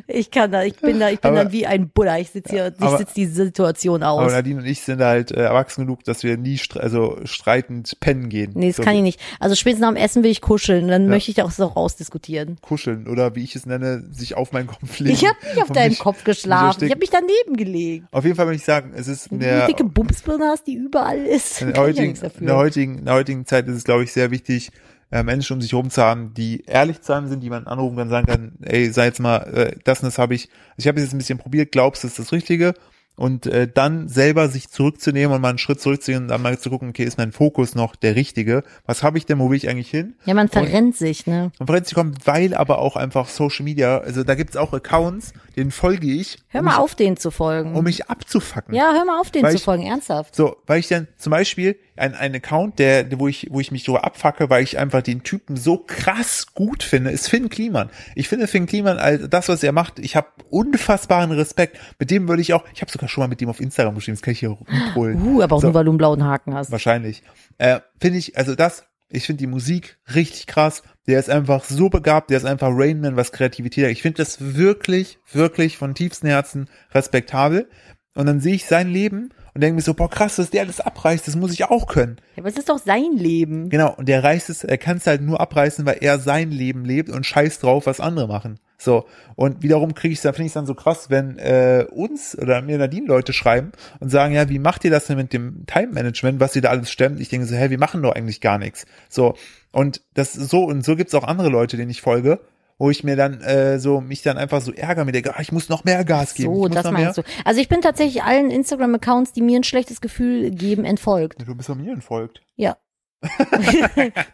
ich kann da, ich bin da, ich bin Aber- dann wie ein Buddha. Ich sitze hier, ich aber- sitze die Situation aus. Aber Nadine und ich sind halt äh, erwachsen genug, dass wir nie stre also streitend pennen gehen. Nee, das so, kann ich nicht. Also spätestens nach dem Essen will ich kuscheln, dann Ja. möchte ich das auch rausdiskutieren. kuscheln oder wie ich es nenne, sich auf meinen Kopf legen. Ich habe nicht auf und deinen mich- Kopf und geschlafen. so Ich habe stecken. mich daneben gelegt. auf jeden Fall würde ich sagen, es ist Wenn in du eine der, dicke Bumsbirne hast, die überall ist, in der, kann ich ja heutigen, nichts in, der dafür. heutigen, in der heutigen Zeit ist es, glaube ich, sehr wichtig, äh, Menschen um sich herum zu haben, die ehrlich zu einem sind, die man anrufen kann, sagen kann, ey, sei jetzt mal, äh, das und das habe ich, ich habe jetzt ein bisschen probiert, glaubst du, ist das Richtige? Und äh, dann selber sich zurückzunehmen und mal einen Schritt zurückzugehen und dann mal zu gucken, okay, ist mein Fokus noch der richtige? Was habe ich denn, wo will ich eigentlich hin? Ja, man verrennt sich, ne? Und Forensic kommt, weil aber auch einfach Social Media, also da gibt's auch Accounts, denen folge ich, Hör um, mal mich, auf, denen zu folgen. um mich abzufacken. ja, hör mal auf, denen Weil zu ich- folgen, ernsthaft. So, weil ich dann zum Beispiel ein, ein Account, der, wo ich, wo ich mich drüber abfacke, weil ich einfach den Typen so krass gut finde, ist Finn Kliman. Ich finde Finn Kliman, all das, was er macht, ich habe unfassbaren Respekt. Mit dem würde ich auch, ich habe sogar schon mal mit dem auf Instagram geschrieben, das kann ich hier rumholen. Uh, aber auch So. nur, weil du einen blauen Haken hast. Wahrscheinlich. Äh, finde ich, also das, ich finde die Musik richtig krass. Der ist einfach so begabt, der ist einfach Rainman, was Kreativität. angeht. Ich finde das wirklich, wirklich von tiefstem Herzen respektabel. Und dann sehe ich sein Leben und denke mir so, boah, krass, dass der das abreißt, das muss ich auch können. Ja, aber es ist doch sein Leben. Genau, und der reißt es, er kann es halt nur abreißen, weil er sein Leben lebt und scheiß drauf, was andere machen. So, und wiederum kriege ich dann, finde ich dann so krass, wenn äh, uns oder mir Nadine Leute schreiben und sagen, ja, wie macht ihr das denn mit dem Time-Management, was ihr da alles stemmt? Ich denke so, hä, wir machen doch eigentlich gar nichts. So, und das ist so, und so gibt's auch andere Leute, denen ich folge, wo ich mir dann äh, so, mich dann einfach so ärgere, mir denke, ah, ich muss noch mehr Gas geben. ich So, muss das noch mehr. meinst du. Also ich bin tatsächlich allen Instagram-Accounts, die mir ein schlechtes Gefühl geben, entfolgt. Du bist doch mir entfolgt. Ja.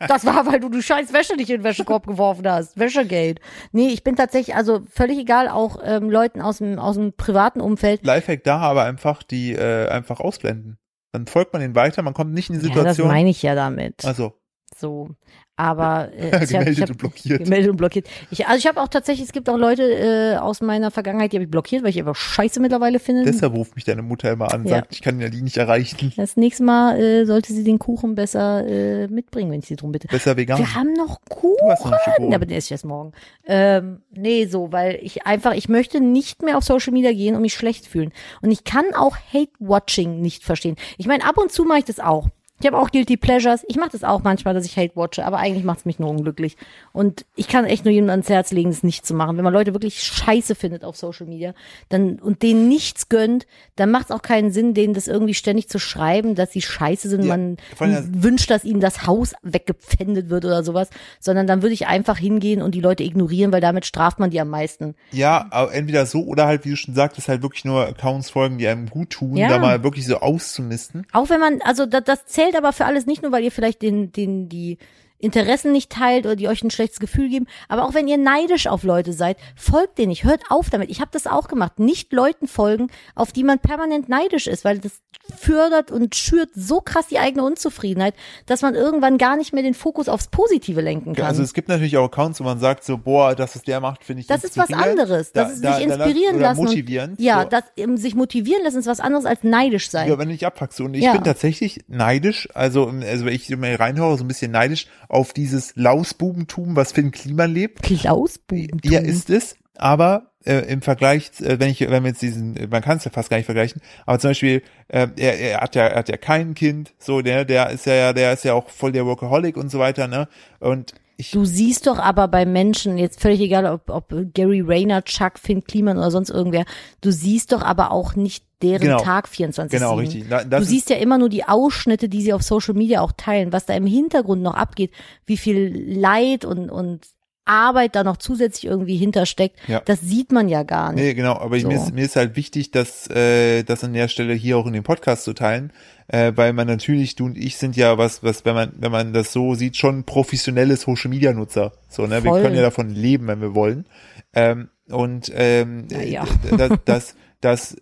das war, weil du die scheiß Wäsche nicht in den Wäschekorb geworfen hast. Wäschegeld. Nee, ich bin tatsächlich, also völlig egal, auch ähm, Leuten aus dem, aus dem privaten Umfeld. Lifehack da, aber einfach die äh, einfach ausblenden. Dann folgt man den weiter, man kommt nicht in die Ja, das Situation. meine ich ja damit. also, So. Aber äh, ich hab, ich Gemeldet hab, und blockiert. Gemeldet und blockiert. Ich, also ich habe auch tatsächlich, es gibt auch Leute äh, aus meiner Vergangenheit, die habe ich blockiert, weil ich einfach scheiße mittlerweile finde. deshalb ruft mich deine Mutter immer an, Ja. sagt, ich kann ja die nicht erreichen. das nächste Mal äh, sollte sie den Kuchen besser äh, mitbringen, wenn ich sie drum bitte. Besser vegan. Wir haben noch Kuchen. Du hast noch ein Stück Kuchen. Ja, aber den esse ich erst morgen. Ähm, nee, so, weil ich einfach, ich möchte nicht mehr auf Social Media gehen und mich schlecht fühlen. Und ich kann auch Hate-Watching nicht verstehen. Ich meine, ab und zu mache ich das auch. Ich habe auch Guilty Pleasures. Ich mache das auch manchmal, dass ich Hate watche, aber eigentlich macht es mich nur unglücklich. Und ich kann echt nur jedem ans Herz legen, es nicht zu machen. Wenn man Leute wirklich scheiße findet auf Social Media dann, und denen nichts gönnt, dann macht es auch keinen Sinn, denen das irgendwie ständig zu schreiben, dass sie scheiße sind. Ja, Man vor allem, wünscht, dass ihnen das Haus weggepfändet wird oder sowas, sondern dann würde ich einfach hingehen und die Leute ignorieren, weil damit straft man die am meisten. Ja, aber entweder so oder halt, wie du schon sagtest, halt wirklich nur Accounts folgen, die einem gut tun, Ja. da mal wirklich so auszumisten. Auch wenn man, also das, das zählt aber für alles nicht nur, weil ihr vielleicht den, den, die Interessen nicht teilt oder die euch ein schlechtes Gefühl geben, aber auch wenn ihr neidisch auf Leute seid, folgt denen nicht, hört auf damit. Ich habe das auch gemacht, nicht Leuten folgen, auf die man permanent neidisch ist, weil das fördert und schürt so krass die eigene Unzufriedenheit, dass man irgendwann gar nicht mehr den Fokus aufs Positive lenken kann. Also es gibt natürlich auch Accounts, wo man sagt so, boah, das ist der macht, finde ich Das ist was inspirierend. anderes. Da- Das ist da- sich da- inspirieren oder lassen. und- motivierend. Ja, so. das, ähm, sich motivieren lassen ist was anderes als neidisch sein. Ja, wenn du nicht abfuckst. Und ich Ja. bin tatsächlich neidisch, also, also wenn ich immer hier reinhöre, so ein bisschen neidisch auf dieses Lausbubentum, was Finn Kliman lebt. Klaus Ja, ist es, aber äh, im Vergleich, äh, wenn ich, wenn wir jetzt diesen, man kann es ja fast gar nicht vergleichen, aber zum Beispiel, äh, er, er hat ja, er hat ja kein Kind, so, der, der ist ja, der ist ja auch voll der Workaholic und so weiter, ne? Und ich, Du siehst doch aber bei Menschen, jetzt völlig egal, ob, ob Gary Rayner, Chuck, Finn Kliman oder sonst irgendwer, du siehst doch aber auch nicht deren Genau. Tag 24 genau, richtig. Na, Du Das ist, siehst ja immer nur die Ausschnitte, die sie auf Social Media auch teilen, was da im Hintergrund noch abgeht, wie viel Leid und, und Arbeit da noch zusätzlich irgendwie hintersteckt. Ja. Das sieht man ja gar nicht. nee, genau, aber ich, mir, Ne? So. ist, mir ist halt wichtig, dass, äh, das an der Stelle hier auch in dem Podcast zu teilen, äh, weil man natürlich, du und ich sind ja was, was, wenn man, wenn man das so sieht, schon professionelle Social Media Nutzer, so, ne? Voll. Wir können ja davon leben, wenn wir wollen. Ähm, und ähm, Na ja. äh, dass, dass, dass,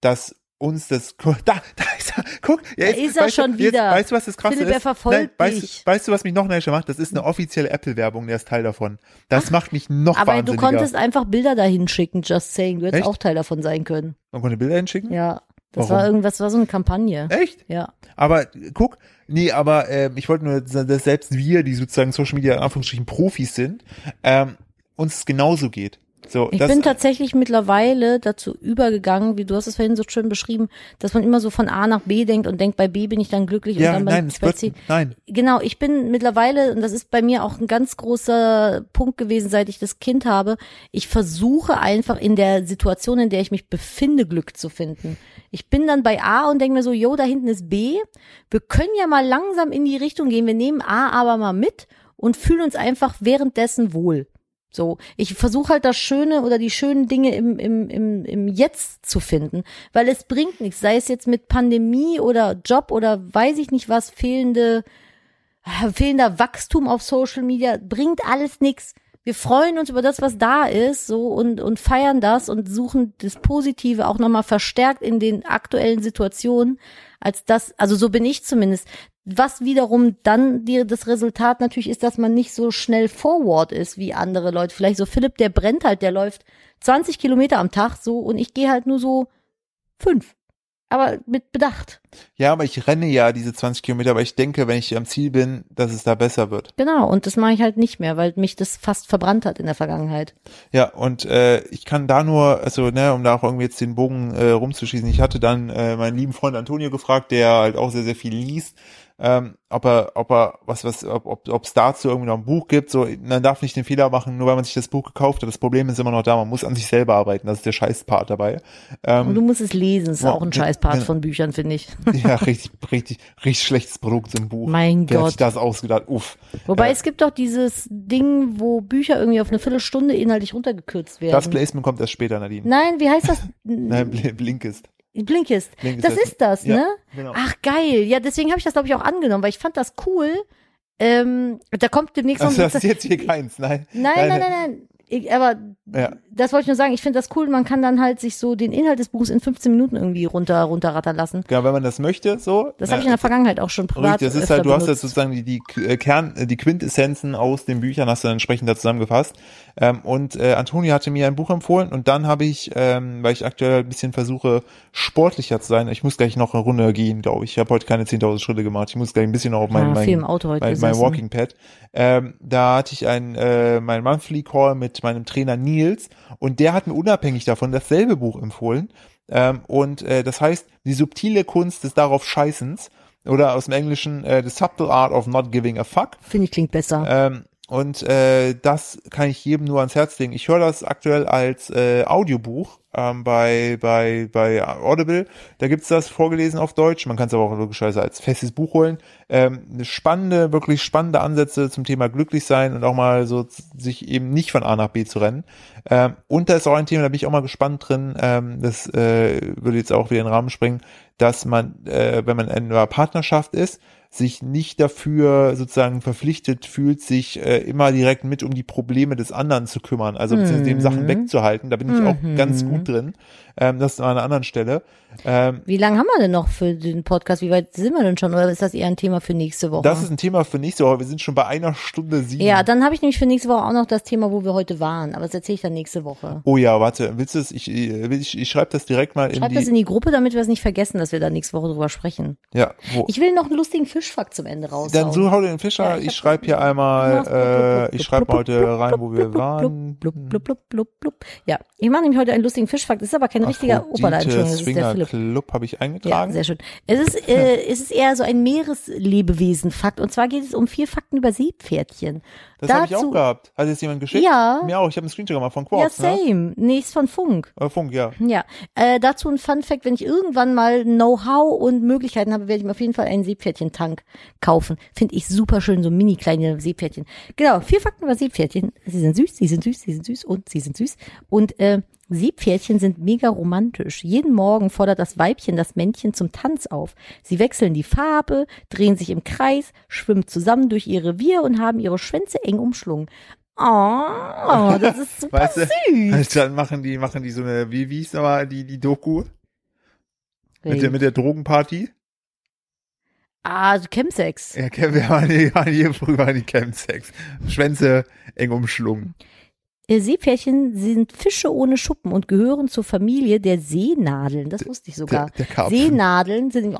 dass uns das guck, da, da ist er, guck, ja, Da ist er weißt du, schon wieder. Jetzt, weißt du, was das krasse Philipp, ist? er verfolgt weißt, dich. Hm. Du, weißt du, was mich noch neischer macht? Das ist eine offizielle Apple-Werbung, der ist Teil davon. Das macht mich noch Aber du wahnsinniger. konntest einfach Bilder dahin schicken, just saying. Du hättest Echt? auch Teil davon sein können. Man konnte Bilder hinschicken? Ja. Das Warum? war irgendwas, war so eine Kampagne. Echt? Ja. Aber äh, guck, nee, aber äh, ich wollte nur, sa- dass selbst wir, die sozusagen Social Media in Anführungsstrichen Profis sind, ähm, uns es genauso geht. So, Ich das, bin tatsächlich mittlerweile dazu übergegangen, wie du hast es vorhin so schön beschrieben, dass man immer so von A nach B denkt und denkt, bei B bin ich dann glücklich und ja, dann bei nein, es bei wird, C. nein, Genau, ich bin mittlerweile, und das ist bei mir auch ein ganz großer Punkt gewesen, seit ich das Kind habe, ich versuche einfach in der Situation, in der ich mich befinde, Glück zu finden. Ich bin dann bei A und denke mir so, jo, da hinten ist B. Wir können ja mal langsam in die Richtung gehen. Wir nehmen A aber mal mit und fühlen uns einfach währenddessen wohl. So, ich versuche halt das Schöne oder die schönen Dinge im, im, im, im Jetzt zu finden, weil es bringt nichts, sei es jetzt mit Pandemie oder Job oder weiß ich nicht was, fehlende, Ah, fehlender Wachstum auf Social Media, bringt alles nichts. Wir freuen uns über das, was da ist, so und, und feiern das und suchen das Positive auch nochmal verstärkt in den aktuellen Situationen, als das, also so bin ich zumindest. Was wiederum dann die, das Resultat natürlich ist, dass man nicht so schnell forward ist wie andere Leute. Vielleicht so Philipp, der brennt halt, der läuft 20 Kilometer am Tag so und ich gehe halt nur so fünf. Aber mit Bedacht. Ja, aber ich renne ja diese 20 Kilometer, aber ich denke, wenn ich am Ziel bin, dass es da besser wird. Genau, und das mache ich halt nicht mehr, weil mich das fast verbrannt hat in der Vergangenheit. Ja, und äh, ich kann da nur, also ne, um da auch irgendwie jetzt den Bogen äh, rumzuschießen, ich hatte dann äh, meinen lieben Freund Antonio gefragt, der halt auch sehr, sehr viel liest, ähm, ob er, ob er, was, was, ob, ob ob's dazu irgendwie noch ein Buch gibt, so, man darf nicht den Fehler machen, nur weil man sich das Buch gekauft hat, das Problem ist immer noch da, man muss an sich selber arbeiten, das ist der Scheißpart dabei. Und Ähm, du musst es lesen, ist Ja, auch ein ge- Scheißpart genau. von Büchern, finde ich. ja, richtig, richtig, richtig schlechtes Produkt im Buch. Mein Wer hat sich Gott. das ausgedacht? Uff. Wobei Ja. es gibt doch dieses Ding, wo Bücher irgendwie auf eine Viertelstunde inhaltlich runtergekürzt werden. Das Placement kommt erst später, Nadine. Nein, wie heißt das? Ah, Nein, Bl- Blinkist. Blinkist. Blinkist Das heißt- ist das, Ja, ne? Genau. Ach geil. Ja, deswegen habe ich das glaube ich auch angenommen, weil ich fand das cool. Ähm, da kommt demnächst also noch das ist jetzt hier keins, nein. Nein, nein, nein, nein. Ich, aber Ja. das wollte ich nur sagen, ich finde das cool, man kann dann halt sich so den Inhalt des Buchs in 15 Minuten irgendwie runter runterrattern lassen. Genau, wenn man das möchte, so. Das na, habe ich in der Vergangenheit auch schon privat Richtig, das ist öfter halt, du hast benutzt. jetzt sozusagen die, die K- äh, Kern, äh, die Quintessenzen aus den Büchern hast du dann entsprechend da zusammengefasst. Ähm, und äh, Antonio hatte mir ein Buch empfohlen und dann habe ich, ähm, weil ich aktuell ein bisschen versuche, sportlicher zu sein, ich muss gleich noch eine Runde gehen, glaube ich. Ich habe heute keine 10.000 Schritte gemacht. Ich muss gleich ein bisschen noch auf mein, Ja, mein, viel im Auto heute mein, mein gesessen. Walking Pad. Ähm, da hatte ich ein, äh, mein Monthly Call mit meinem Trainer Nils und der hat mir unabhängig davon dasselbe Buch empfohlen. Ähm, und äh, das heißt, die subtile Kunst des darauf Scheißens oder aus dem Englischen äh, The Subtle Art of Not Giving a Fuck. Finde ich klingt besser. Ähm, und äh, das kann ich jedem nur ans Herz legen. Ich höre das aktuell als äh, Audiobuch ähm, bei, bei, bei Audible. Da gibt's das vorgelesen auf Deutsch. Man kann es aber auch logischerweise als festes Buch holen. Ähm, eine spannende, wirklich spannende Ansätze zum Thema glücklich sein und auch mal so z- sich eben nicht von A nach B zu rennen. Ähm, und da ist auch ein Thema, da bin ich auch mal gespannt drin. Ähm, das äh, würde jetzt auch wieder in den Rahmen springen, dass man, äh, wenn man in einer Partnerschaft ist, sich nicht dafür sozusagen verpflichtet fühlt, sich äh, immer direkt mit um die Probleme des anderen zu kümmern, also beziehungsweise dem Mhm. Sachen wegzuhalten. Da bin ich auch ganz gut drin. Ähm, das ist an einer anderen Stelle. Ähm, Wie lange haben wir denn noch für den Podcast? Wie weit sind wir denn schon? Oder ist das eher ein Thema für nächste Woche? das ist ein Thema für nächste Woche. Wir sind schon bei einer Stunde sieben. ja, dann habe ich nämlich für nächste Woche auch noch das Thema, wo wir heute waren. Aber das erzähle ich dann nächste Woche. Oh ja, warte, willst du es? Ich, äh, will ich, ich schreibe das direkt mal in Schreib die. das in die Gruppe, damit wir es nicht vergessen, dass wir da nächste Woche drüber sprechen. ja, wo? Ich will noch einen lustigen Fischfakt zum Ende raus. Dann so hau den Fischer. Ja, ich ich hab- schreibe hier Mach's. einmal. Äh, ich schreibe mal heute rein, wo wir waren. Blub, blub, blub, blub, blub. Ja, ich mache nämlich heute einen lustigen Fischfakt. Das ist aber kein richtiger Operlein, Entschuldigung, das ist der Swinger Philipp. Club habe ich Ja, eingetragen. sehr schön. Es ist, äh, es ist eher so ein Meereslebewesen-Fakt. Und zwar geht es um vier Fakten über Seepferdchen. das habe ich auch gehabt. Hat jetzt jemand geschickt? Ja. Mir auch. Ich habe einen Screenshot gemacht von Ja, Quarks. ne? same. Nächst von Funk. Äh, Funk, ja. Ja, äh, dazu ein Fun Fact, wenn ich irgendwann mal Know-how und Möglichkeiten habe, werde ich mir auf jeden Fall einen Seepferdchen-Tank kaufen. Finde ich super schön, so mini kleine Seepferdchen. Genau, vier Fakten über Seepferdchen. Sie sind süß, sie sind süß, sie sind süß und sie sind süß. Und äh, Seepferdchen sind mega romantisch. Jeden Morgen fordert das Weibchen das Männchen zum Tanz auf. Sie wechseln die Farbe, drehen sich im Kreis, schwimmen zusammen durch ihr Revier und haben ihre Schwänze eng umschlungen. Oh, das ist super Weißt du, süß. Dann machen die, machen die so eine, wie, wie hieß nochmal die, die Doku? Mit der, mit der Drogenparty? Ah, so Chemsex. Ja, Cam- wir waren hier, waren hier früher waren die Campsex. Schwänze eng umschlungen. Äh, Seepferdchen sind Fische ohne Schuppen und gehören zur Familie der Seenadeln. Das wusste ich sogar. der Karpfen. Seenadeln sind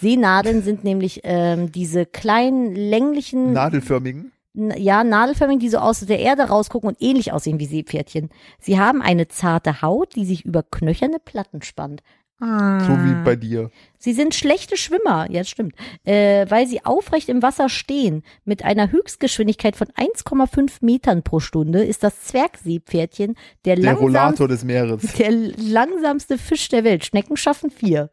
Seenadeln sind nämlich ähm, diese kleinen länglichen Nadelförmigen. n- ja, Nadelförmigen, die so aus der Erde rausgucken und ähnlich aussehen wie Seepferdchen. Sie haben eine zarte Haut, die sich über knöcherne Platten spannt. Ah. So wie bei dir. Sie sind schlechte Schwimmer, ja das stimmt, äh, weil sie aufrecht im Wasser stehen. Mit einer Höchstgeschwindigkeit von 1,5 Metern pro Stunde ist das Zwergseepferdchen der, Der langsam, Rollator des Meeres. der langsamste Fisch der Welt. Schnecken schaffen vier.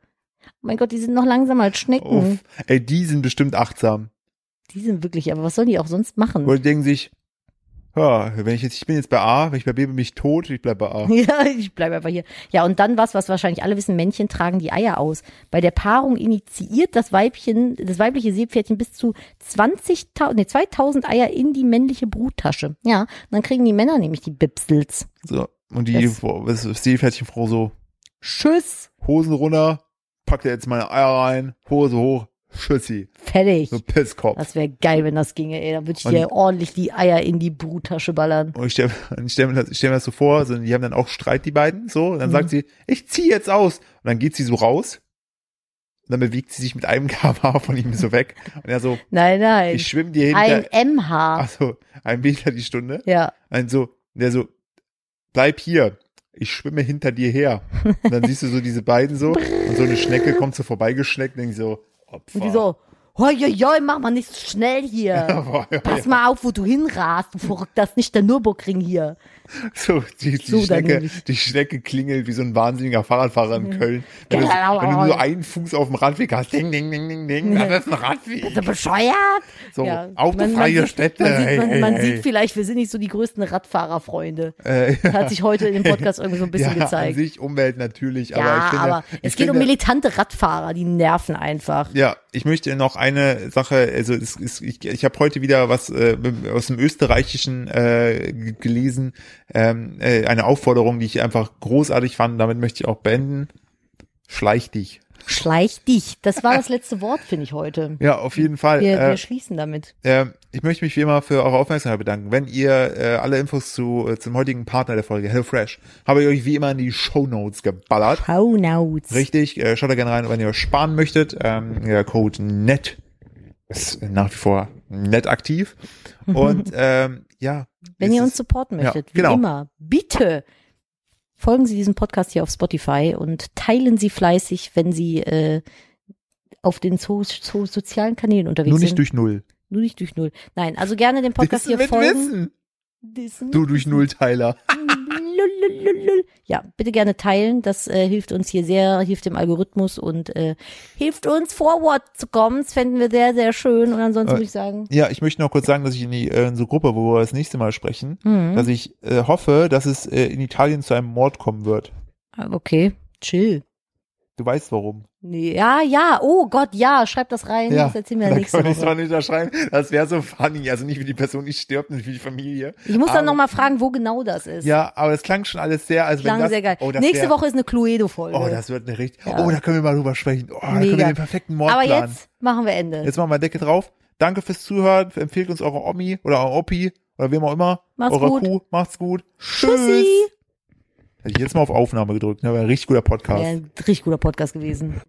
Oh mein Gott, die sind noch langsamer als Schnecken. Uff. Ey, die sind bestimmt achtsam. Die sind wirklich, aber was sollen die auch sonst machen? Und die denken sich, ja, wenn ich jetzt, ich bin jetzt bei A, wenn ich bei B bin, bin ich tot, ich bleib bei A. Ja, ich bleibe einfach hier. Ja, und dann was, was wahrscheinlich alle wissen, Männchen tragen die Eier aus. Bei der Paarung initiiert das Weibchen, das weibliche Seepferdchen bis zu 20.000, nee, 2000 Eier in die männliche Bruttasche. Ja, und dann kriegen die Männer nämlich die Bipsels. So. Und die, Das- boah, was ist die Fährtchenfrau so? Tschüss, Hosen runter, pack dir jetzt meine Eier rein, Hose hoch, Schüssi. fertig. So Pisskopf. Das wäre geil, wenn das ginge, ey. Dann würde ich Und- dir ordentlich die Eier in die Bruttasche ballern. Und ich stelle stell mir, das- ich stell mir das so vor, so, die haben dann auch Streit, die beiden, so. Und dann Mhm. sagt sie, ich zieh jetzt aus. Und dann geht sie so raus. Und dann bewegt sie sich mit einem kmh von ihm so weg. Und er so, Nein, nein. ich schwimm dir Ein hinter, MH. also ein Meter die Stunde. Ja. Und so, und der so, bleib hier. Ich schwimme hinter dir her. Und dann siehst du so diese beiden so. Und so eine Schnecke kommt so vorbeigeschneckt und denkt so, Opfer. Und die so, hoi, hoi, hoi, mach mal nicht so schnell hier. Boah, ja, Pass mal auf, wo du hinrast, du verrückt, das ist nicht der Nürburgring hier. So, die, die, So dann Schnecke, nämlich. die Schnecke klingelt wie so ein wahnsinniger Fahrradfahrer Mhm. in Köln. Wenn du, wenn du nur einen Fuß auf dem Radweg hast, ding, ding, ding, ding, ding, das ist ein Bist du Radweg. bescheuert? So, autofreie sieht- Städte, Man, sieht, man, hey, man hey, hey. sieht vielleicht, wir sind nicht so die größten Radfahrerfreunde. Äh, Das hat sich heute in dem Podcast irgendwie so ein bisschen ja, an gezeigt. sich Umwelt natürlich, aber ich Ja, finde, aber ich es geht um finde- militante Radfahrer, die nerven einfach. Ja, ich möchte noch eine Sache, also es, es, ich, ich habe heute wieder was äh, aus dem Österreichischen äh, g- gelesen, ähm, äh, eine Aufforderung, die ich einfach großartig fand, damit möchte ich auch beenden. Schleich dich. Schleich dich. Das war das letzte Wort, finde ich, heute. Ja, auf jeden Fall. Wir, äh, wir schließen damit. Ähm, ich möchte mich wie immer für eure Aufmerksamkeit bedanken. Wenn ihr äh, alle Infos zu äh, zum heutigen Partner der Folge, HelloFresh, habe ich euch wie immer in die Show Notes geballert. Show Notes. Richtig, äh, schaut da gerne rein, wenn ihr sparen möchtet. Ähm, der Code NET ist nach wie vor nett aktiv. Und ähm, ja. Mhm. Wenn es ihr ist- uns supporten ja, möchtet, genau. wie immer, bitte folgen Sie diesem Podcast hier auf Spotify und teilen Sie fleißig, wenn Sie äh, auf den so so sozialen Kanälen unterwegs nur nicht sind. durch Null. Nur nicht durch Null. Nein, also gerne den Podcast hier mit folgen. Wissen. Dissen. Du durch Nullteiler. Lulululul. Ja, bitte gerne teilen. Das äh, hilft uns hier sehr, hilft dem Algorithmus und äh, hilft uns, forward zu kommen. Das fänden wir sehr, sehr schön. Und ansonsten Äh, würde ich sagen, Ja, ich möchte noch kurz sagen, dass ich in die äh, in so Gruppe, wo wir das nächste Mal sprechen, Mhm. hm, dass ich äh, hoffe, dass es äh, in Italien zu einem Mord kommen wird. okay, chill. Du weißt warum. Nee, ja, ja, oh Gott, ja, schreib das rein, das erzählen wir da nächste kann man Woche. nicht unterschreiben. Das wäre so funny. Also nicht wie die Person nicht stirbt, nicht wie die Familie. Ich muss dann Aber- nochmal fragen, wo genau das ist. Ja, aber das klang schon alles sehr, also Klang wenn das, sehr geil. Oh, das nächste wär, Woche ist eine Cluedo-Folge. Oh, das wird eine richtig. Ja. Oh, da können wir mal drüber sprechen. Oh, da können wir Mega. den perfekten Mord Aber planen. jetzt machen wir Ende. Jetzt machen wir Decke drauf. Danke fürs Zuhören. Empfehlt uns eure Omi oder eure Opi oder wem auch immer. Macht's eure gut. Kuh. Macht's gut. Tschüssi. Hätte ich jetzt mal auf Aufnahme gedrückt. Das ne? wäre ein richtig guter Podcast. Wäre ein richtig guter Podcast gewesen.